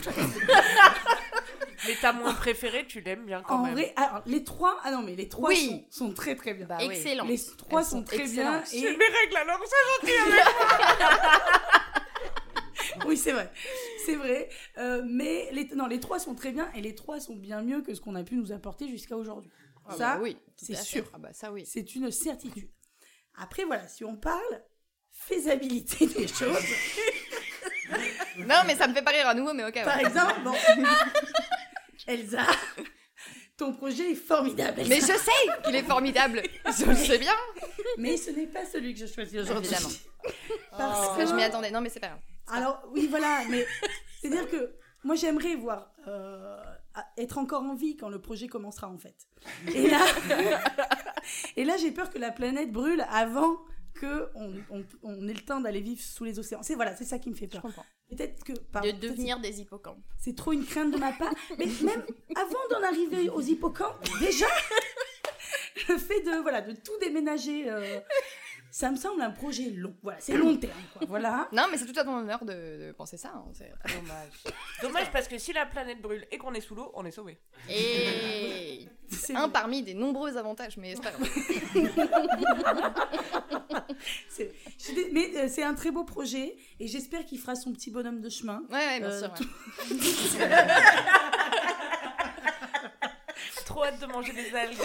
[SPEAKER 7] Mais ta moins préférée, tu l'aimes bien quand
[SPEAKER 3] en
[SPEAKER 7] même.
[SPEAKER 3] vrai, alors, les trois, ah non, mais les trois
[SPEAKER 8] Oui.
[SPEAKER 3] sont, sont très très bien.
[SPEAKER 8] Bah
[SPEAKER 5] Ah
[SPEAKER 8] oui. Excellent.
[SPEAKER 3] Les trois
[SPEAKER 8] Elles
[SPEAKER 3] sont,
[SPEAKER 8] sont
[SPEAKER 3] très
[SPEAKER 8] excellentes.
[SPEAKER 3] bien. Et...
[SPEAKER 7] mes règles alors, ça gentil
[SPEAKER 3] Oui, c'est vrai. C'est vrai. Euh, mais les... Non, les trois sont très bien et les trois sont bien mieux que ce qu'on a pu nous apporter jusqu'à aujourd'hui.
[SPEAKER 5] Ah
[SPEAKER 3] ça,
[SPEAKER 5] bah oui, tout
[SPEAKER 3] c'est
[SPEAKER 5] à fait.
[SPEAKER 3] sûr.
[SPEAKER 5] Ah bah ça oui.
[SPEAKER 3] c'est une certitude. Après, voilà, si on parle faisabilité des choses,
[SPEAKER 5] Non, mais ça me fait pas rire à nouveau, mais ok.
[SPEAKER 3] par
[SPEAKER 5] ouais.
[SPEAKER 3] exemple, bon, Elsa, ton projet est formidable. Elsa.
[SPEAKER 5] Mais je sais qu'il est formidable. Je le sais bien.
[SPEAKER 3] Mais ce n'est pas celui que je choisis aujourd'hui.
[SPEAKER 5] Évidemment.
[SPEAKER 3] Parce
[SPEAKER 5] Parce que je m'y attendais. Non, mais c'est pas grave.
[SPEAKER 3] Alors, oui, voilà, mais c'est-à-dire que moi, j'aimerais voir euh, à- être encore en vie quand le projet commencera, en fait. Et là, et là j'ai peur que la planète brûle avant que on, on- on ait le temps d'aller vivre sous les océans. C'est voilà, c'est ça qui me fait peur.
[SPEAKER 5] comprends.
[SPEAKER 3] Peut-être que
[SPEAKER 8] De
[SPEAKER 3] pardon, peut-être
[SPEAKER 8] devenir des hippocampes.
[SPEAKER 3] c'est- c'est trop une crainte de ma part, mais même avant d'en arriver aux hippocampes, déjà le fait de voilà de tout déménager, euh, ça me semble un projet long. Voilà, c'est long terme. Quoi. Voilà.
[SPEAKER 5] Non, mais c'est tout à ton honneur de, de penser ça. hein. C'est-
[SPEAKER 7] Dommage. Dommage parce que si la planète brûle et qu'on est sous l'eau, on est sauvé.
[SPEAKER 5] Et
[SPEAKER 3] C'est
[SPEAKER 5] un parmi des nombreux avantages, mais c'est pas grave.
[SPEAKER 3] C'est- je suis dé- mais euh, c'est un très beau projet et j'espère qu'il fera son petit bonhomme de chemin.
[SPEAKER 5] Ouais, ouais, bien
[SPEAKER 3] Euh,
[SPEAKER 5] sûr. ouais.
[SPEAKER 7] Trop hâte de manger des algues.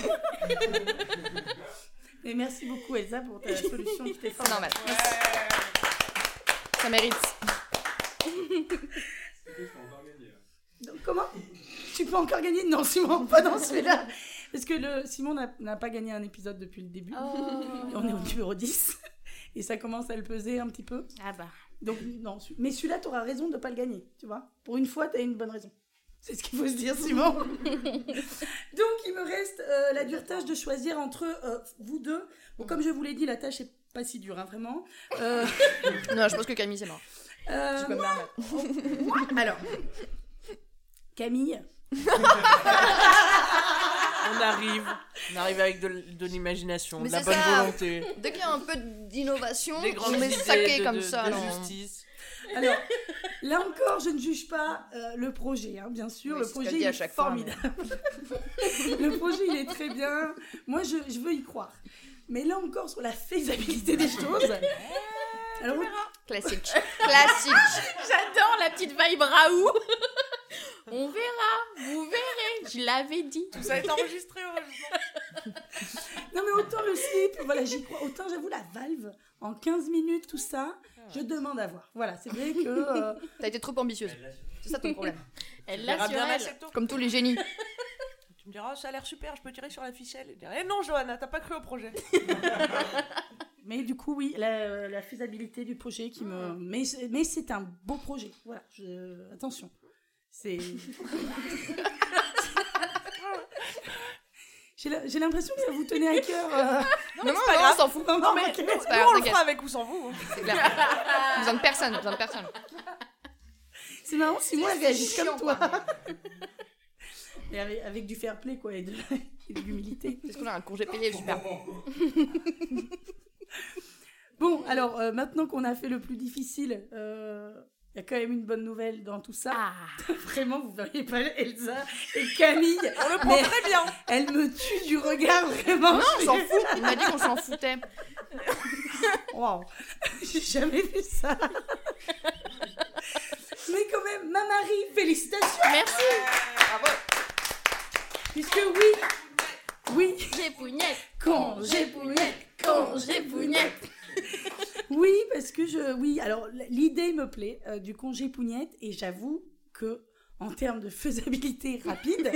[SPEAKER 3] Et merci beaucoup Elsa pour ta solution qui t'est
[SPEAKER 5] C'est normal. Ça mérite.
[SPEAKER 3] Comment Tu peux encore gagner Non Simon, pas dans celui-là. Parce que le Simon n'a- n'a pas gagné un épisode depuis le
[SPEAKER 8] Oh.
[SPEAKER 3] début. Et Oh. on est au numéro 10 et ça commence à le peser un petit peu.
[SPEAKER 8] Ah bah.
[SPEAKER 3] Donc non, ce- mais celui-là t'auras raison de pas le gagner, tu vois. Pour une fois, t'as une bonne raison. C'est ce qu'il faut se dire, Simon. Donc il me reste euh, la dure tâche de choisir entre euh, vous deux. Bon, comme je vous l'ai dit, la tâche est pas si dure, hein, vraiment. Euh,
[SPEAKER 5] Non, je pense que Camille, c'est mort.
[SPEAKER 3] euh,
[SPEAKER 5] Je peux me permettre.
[SPEAKER 3] alors, Camille,
[SPEAKER 7] On arrive. On arrive avec de, l- de l'imagination,
[SPEAKER 5] Mais
[SPEAKER 7] de la
[SPEAKER 5] c'est
[SPEAKER 7] bonne
[SPEAKER 5] ça.
[SPEAKER 7] volonté,
[SPEAKER 5] Dès qu'il y a un peu d'innovation,
[SPEAKER 7] des
[SPEAKER 5] on
[SPEAKER 7] grandes
[SPEAKER 5] met
[SPEAKER 7] idées
[SPEAKER 5] saqué
[SPEAKER 7] de,
[SPEAKER 5] comme
[SPEAKER 7] de-
[SPEAKER 5] ça.
[SPEAKER 7] de
[SPEAKER 5] non.
[SPEAKER 7] justice.
[SPEAKER 3] alors là encore, je ne juge pas euh, le projet, hein, bien sûr.
[SPEAKER 5] Oui,
[SPEAKER 3] le
[SPEAKER 5] c'est ce qu'elle
[SPEAKER 3] projet
[SPEAKER 5] dit
[SPEAKER 3] il
[SPEAKER 5] à
[SPEAKER 3] est
[SPEAKER 5] chaque fois,
[SPEAKER 3] formidable. le projet il est très bien. Moi, je, je veux y croire. Mais là encore, sur la faisabilité des choses. Alors,
[SPEAKER 5] Classique. Classique.
[SPEAKER 8] J'adore la petite vibe Raoult. On verra, vous verrez, je l'avais dit.
[SPEAKER 7] Tout ça est enregistré,
[SPEAKER 3] Non mais autant le slip, voilà, j'y crois. Autant j'avoue la valve en 15 minutes tout ça, je demande à voir. Voilà, c'est vrai que euh,
[SPEAKER 5] T'as été trop ambitieuse. C'est ça ton problème.
[SPEAKER 8] Elle
[SPEAKER 7] On
[SPEAKER 8] l'a
[SPEAKER 7] verra
[SPEAKER 8] sur
[SPEAKER 7] bien
[SPEAKER 8] elle.
[SPEAKER 7] l'assiette,
[SPEAKER 5] Comme tous les génies.
[SPEAKER 7] Tu me diras, ça a l'air super, je peux tirer sur la ficelle. Et dire, eh non, Johanna, t'as pas cru au projet.
[SPEAKER 3] mais du coup oui, la, la faisabilité du projet qui me mais c'est- mais c'est un beau projet. Voilà, je- attention. C'est J'ai la- j'ai l'impression que ça vous tenait à cœur. euh,
[SPEAKER 5] Non, non, non,
[SPEAKER 7] pas
[SPEAKER 5] on
[SPEAKER 7] grave.
[SPEAKER 5] s'en fout.
[SPEAKER 3] Non, non, mais-
[SPEAKER 5] C'est
[SPEAKER 7] Nous,
[SPEAKER 5] pas
[SPEAKER 7] on
[SPEAKER 5] grave,
[SPEAKER 7] le
[SPEAKER 5] t'inquiète.
[SPEAKER 7] fera avec ou sans vous. hein.
[SPEAKER 5] C'est clair. Besoin de personne, besoin de personne.
[SPEAKER 3] C'est marrant si moi elle réagit
[SPEAKER 5] chiant,
[SPEAKER 3] comme toi. Mais avec, avec du fair play quoi et de, et de l'humilité.
[SPEAKER 5] Est-ce qu'on a un congé payé Super.
[SPEAKER 3] Bon, alors euh, maintenant qu'on a fait le plus difficile, euh, il y a quand même une bonne nouvelle dans tout ça.
[SPEAKER 8] Ah,
[SPEAKER 3] Vraiment, vous verriez pas Elsa et Camille.
[SPEAKER 7] On le prend
[SPEAKER 3] Mais
[SPEAKER 7] très bien.
[SPEAKER 3] elle me tue du regard, vraiment.
[SPEAKER 5] Non, on s'en fout. Il m'a dit qu'on s'en foutait.
[SPEAKER 3] Waouh, j'ai jamais vu ça. Mais quand même, ma Marie, félicitations.
[SPEAKER 8] merci,
[SPEAKER 3] Puisque oui, oui,
[SPEAKER 8] j'ai pougnette,
[SPEAKER 3] congé
[SPEAKER 8] pougnette, congé pougnette.
[SPEAKER 3] Oui, parce que je. Oui, alors l- l'idée me plaît euh, du congé pougnette et j'avoue que en termes de faisabilité rapide,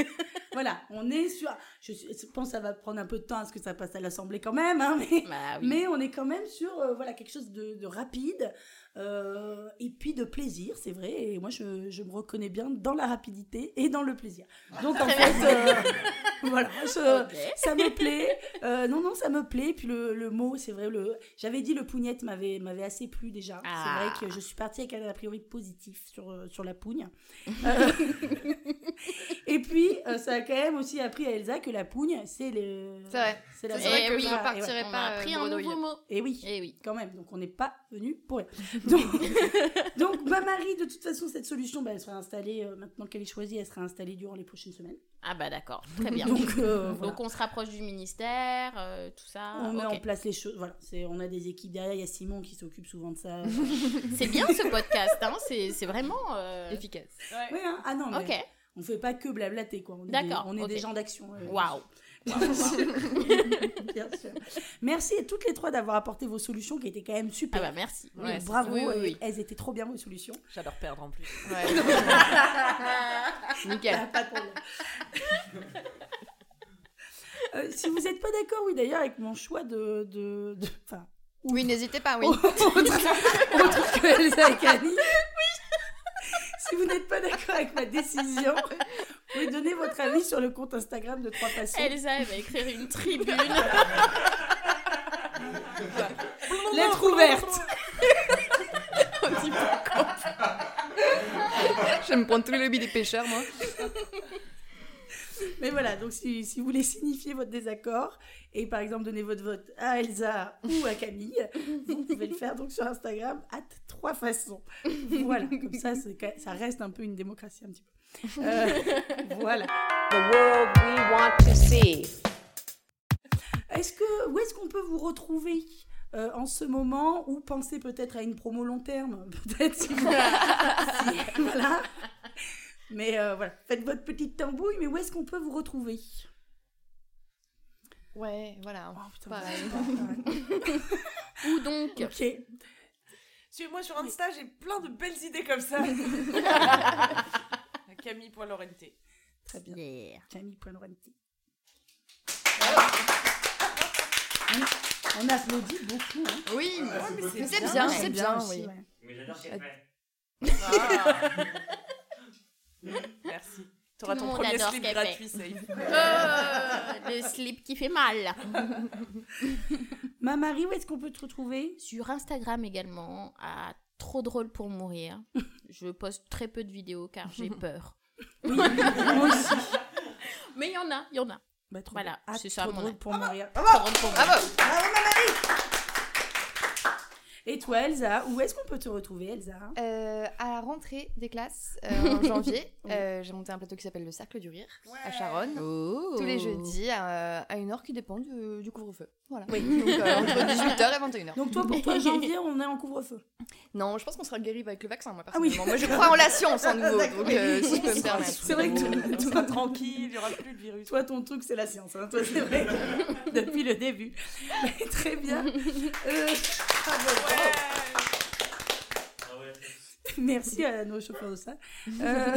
[SPEAKER 3] voilà, on est sur. Je, suis- je pense que ça va prendre un peu de temps à ce que ça passe à l'Assemblée quand même, hein, mais,
[SPEAKER 5] Ah
[SPEAKER 8] Bah oui.
[SPEAKER 3] mais on est quand même sur euh, voilà quelque chose de, de rapide euh, et puis de plaisir, c'est vrai. Et moi, je, je me reconnais bien dans la rapidité et dans le plaisir. Donc en fait, euh, voilà, je-
[SPEAKER 8] Ok.
[SPEAKER 3] ça me plaît. Euh, non, non, ça me plaît. Puis le, le mot, c'est vrai, le... j'avais dit le pougnette m'avait, m'avait assez plu déjà.
[SPEAKER 8] Ah.
[SPEAKER 3] C'est vrai que je suis partie avec un a priori positif sur, euh, sur la pougne. Euh, Et puis, euh, ça a a quand même aussi appris à Elsa que la pougne, c'est le.
[SPEAKER 5] C'est vrai.
[SPEAKER 3] C'est la
[SPEAKER 5] C'est vrai
[SPEAKER 8] Eh
[SPEAKER 3] vraie pougne.
[SPEAKER 5] que je
[SPEAKER 3] Et ouais.
[SPEAKER 5] partirais
[SPEAKER 8] On
[SPEAKER 5] pas,
[SPEAKER 8] a
[SPEAKER 5] euh,
[SPEAKER 8] appris un
[SPEAKER 5] bredouille.
[SPEAKER 8] nouveau mot.
[SPEAKER 3] Et oui.
[SPEAKER 8] Eh oui.
[SPEAKER 3] quand même. Donc on n'est pas venu pour rien. Donc, donc ma Marie, de toute façon, cette solution, bah, elle sera installée, euh, maintenant qu'elle est choisie, elle sera installée durant les prochaines semaines.
[SPEAKER 8] Ah bah d'accord, très bien.
[SPEAKER 3] Donc, euh,
[SPEAKER 8] Donc,
[SPEAKER 3] voilà.
[SPEAKER 8] on se rapproche du ministère, euh, tout ça.
[SPEAKER 3] on met
[SPEAKER 8] Ok.
[SPEAKER 3] en place les choses. Voilà, c'est on a des équipes derrière. Il y a Simon qui s'occupe souvent de ça.
[SPEAKER 8] C'est bien ce podcast, hein, c'est c'est vraiment... euh,
[SPEAKER 5] Efficace.
[SPEAKER 3] ouais, hein. Ah non, mais
[SPEAKER 8] Ok,
[SPEAKER 3] on fait pas que blablater quoi. On est des-
[SPEAKER 8] D'accord,
[SPEAKER 3] On est des
[SPEAKER 8] ok.
[SPEAKER 3] gens d'action. euh,
[SPEAKER 8] waouh.
[SPEAKER 3] Bien sûr. Merci à toutes les trois d'avoir apporté vos solutions qui étaient quand même
[SPEAKER 8] Ah
[SPEAKER 3] super.
[SPEAKER 8] bah merci.
[SPEAKER 7] Ouais, c'est-
[SPEAKER 3] Bravo,
[SPEAKER 8] oui, oui,
[SPEAKER 3] et
[SPEAKER 8] oui.
[SPEAKER 3] elles étaient trop bien vos solutions.
[SPEAKER 7] J'adore perdre en plus.
[SPEAKER 8] Bah,
[SPEAKER 5] Nickel.
[SPEAKER 3] Pas de problème. Euh, si vous n'êtes pas d'accord, oui, d'ailleurs, avec mon choix de. de, de- enfin,
[SPEAKER 5] Oui, n'hésitez pas, oui.
[SPEAKER 3] autre, autre que Elsa et Camille. Si vous n'êtes pas d'accord avec ma décision, vous pouvez donner votre avis sur le compte Instagram de Trois Façons.
[SPEAKER 8] Elsa, elle va écrire une tribune.
[SPEAKER 3] Lettre ouverte.
[SPEAKER 5] Je vais me prendre tous les lobbies des pêcheurs, moi.
[SPEAKER 3] Mais voilà, donc si, si vous voulez signifier votre désaccord et par exemple donner votre vote à Elsa ou à Camille, vous pouvez le faire donc sur Instagram à trois façons. Voilà, comme ça, c'est quand- ça reste un peu une démocratie un petit peu. Euh, voilà.
[SPEAKER 1] The world we want to see.
[SPEAKER 3] Est-ce que où est-ce qu'on peut vous retrouver euh, en ce moment ou penser peut-être à une promo long terme, peut-être si vous- si- voilà. Mais euh, voilà, faites votre petite tambouille. Mais où est-ce qu'on peut vous retrouver
[SPEAKER 5] Ouais, voilà.
[SPEAKER 3] Oh, putain,
[SPEAKER 5] Pareil.
[SPEAKER 8] Ou donc...
[SPEAKER 3] Ok.
[SPEAKER 7] Suivez-moi sur Insta, j'ai plein de belles idées comme ça. Camille Point Laurenté.
[SPEAKER 3] Très bien.
[SPEAKER 8] Yeah.
[SPEAKER 3] Camille Poinrenti. On, on applaudit beaucoup. hein.
[SPEAKER 5] Oui,
[SPEAKER 7] mais
[SPEAKER 5] Ah, c'est bien, c'est bien,
[SPEAKER 3] aussi,
[SPEAKER 5] oui.
[SPEAKER 3] ouais.
[SPEAKER 6] Mais j'adore ce qu'elle fait.
[SPEAKER 7] Merci. T'auras
[SPEAKER 8] Ah. Tout
[SPEAKER 7] ton
[SPEAKER 8] le monde
[SPEAKER 7] premier
[SPEAKER 8] adore
[SPEAKER 7] slip
[SPEAKER 8] ce qu'elle
[SPEAKER 7] gratuit, safe.
[SPEAKER 8] Euh, le slip qui fait mal.
[SPEAKER 3] Ma Marie, où est-ce qu'on peut te retrouver
[SPEAKER 8] Sur Instagram également, à trop drôle pour mourir. Je poste très peu de vidéos car j'ai peur.
[SPEAKER 3] Moi aussi.
[SPEAKER 8] Mais il y en a, il y en a.
[SPEAKER 3] Bah, trop
[SPEAKER 8] Voilà,
[SPEAKER 3] drôle. Ah,
[SPEAKER 8] c'est ça,
[SPEAKER 3] trop
[SPEAKER 8] mon
[SPEAKER 3] drôle
[SPEAKER 8] avis.
[SPEAKER 3] pour mourir.
[SPEAKER 8] Trop
[SPEAKER 7] Ah,
[SPEAKER 8] drôle pour mourir.
[SPEAKER 3] Et toi, Elsa, où est-ce qu'on peut te retrouver, Elsa
[SPEAKER 5] Euh, à la rentrée des classes euh, en janvier, euh, j'ai monté un plateau qui s'appelle le Cercle du Rire à Charonne. Tous
[SPEAKER 8] Oh.
[SPEAKER 5] les jeudis à, à une heure qui dépend du, du couvre-feu. Voilà. Donc euh, entre 18h et 21h.
[SPEAKER 3] Donc toi, pour toi, janvier, on est en couvre-feu.
[SPEAKER 5] Non, je pense qu'on sera guéri avec le vaccin, moi
[SPEAKER 3] Ah oui.
[SPEAKER 5] personnellement. Moi je crois en la science en nouveau, donc euh, si je peux me permettre.
[SPEAKER 3] C'est vrai
[SPEAKER 7] On
[SPEAKER 3] que
[SPEAKER 7] sera
[SPEAKER 3] toi,
[SPEAKER 7] tranquille, il n'y aura plus de virus.
[SPEAKER 3] Toi, ton truc, c'est la science. hein. Toi, c'est vrai. que- Depuis le début. Mais très bien. Euh, bravo, bravo.
[SPEAKER 6] Ah ouais.
[SPEAKER 3] Merci à nos chauffeurs de salle. Euh,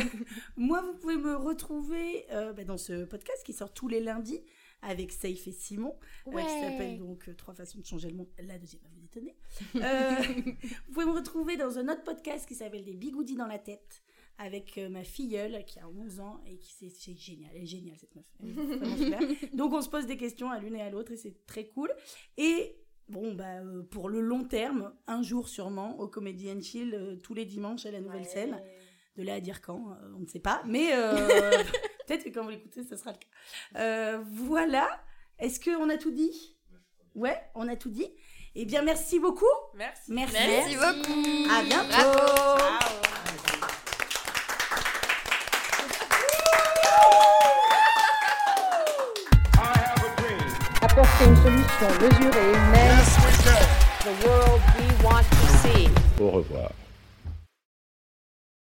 [SPEAKER 3] moi, vous pouvez me retrouver euh, bah, dans ce podcast qui sort tous les lundis avec Safe et Simon, euh, qui
[SPEAKER 8] Ouais.
[SPEAKER 3] s'appelle donc euh, Trois façons de changer le monde. La deuxième va vous étonner. Euh, vous pouvez me retrouver dans un autre podcast qui s'appelle Des bigoudis dans la tête avec euh, ma filleule qui a 11 ans et qui c'est- c'est génial, elle est géniale cette meuf. Elle est vraiment super. Donc on se pose des questions à l'une et à l'autre et c'est très cool. Et bon, bah, euh, pour le long terme, un jour sûrement, au Comedy and Chill, euh, tous les dimanches à la Nouvelle Scène. De là à dire quand, euh, on ne sait pas. Mais euh, peut-être que quand vous l'écoutez, ça sera le cas. Euh, voilà. Est-ce qu'on a tout dit Ouais, on a tout dit. Eh bien, merci beaucoup.
[SPEAKER 7] Merci.
[SPEAKER 3] Merci.
[SPEAKER 5] Merci beaucoup.
[SPEAKER 3] À bientôt.
[SPEAKER 4] I have a dream.
[SPEAKER 1] Apporter une solution mesurée, humaine.
[SPEAKER 4] Yes, we can.
[SPEAKER 1] The world we want to see.
[SPEAKER 10] Au revoir.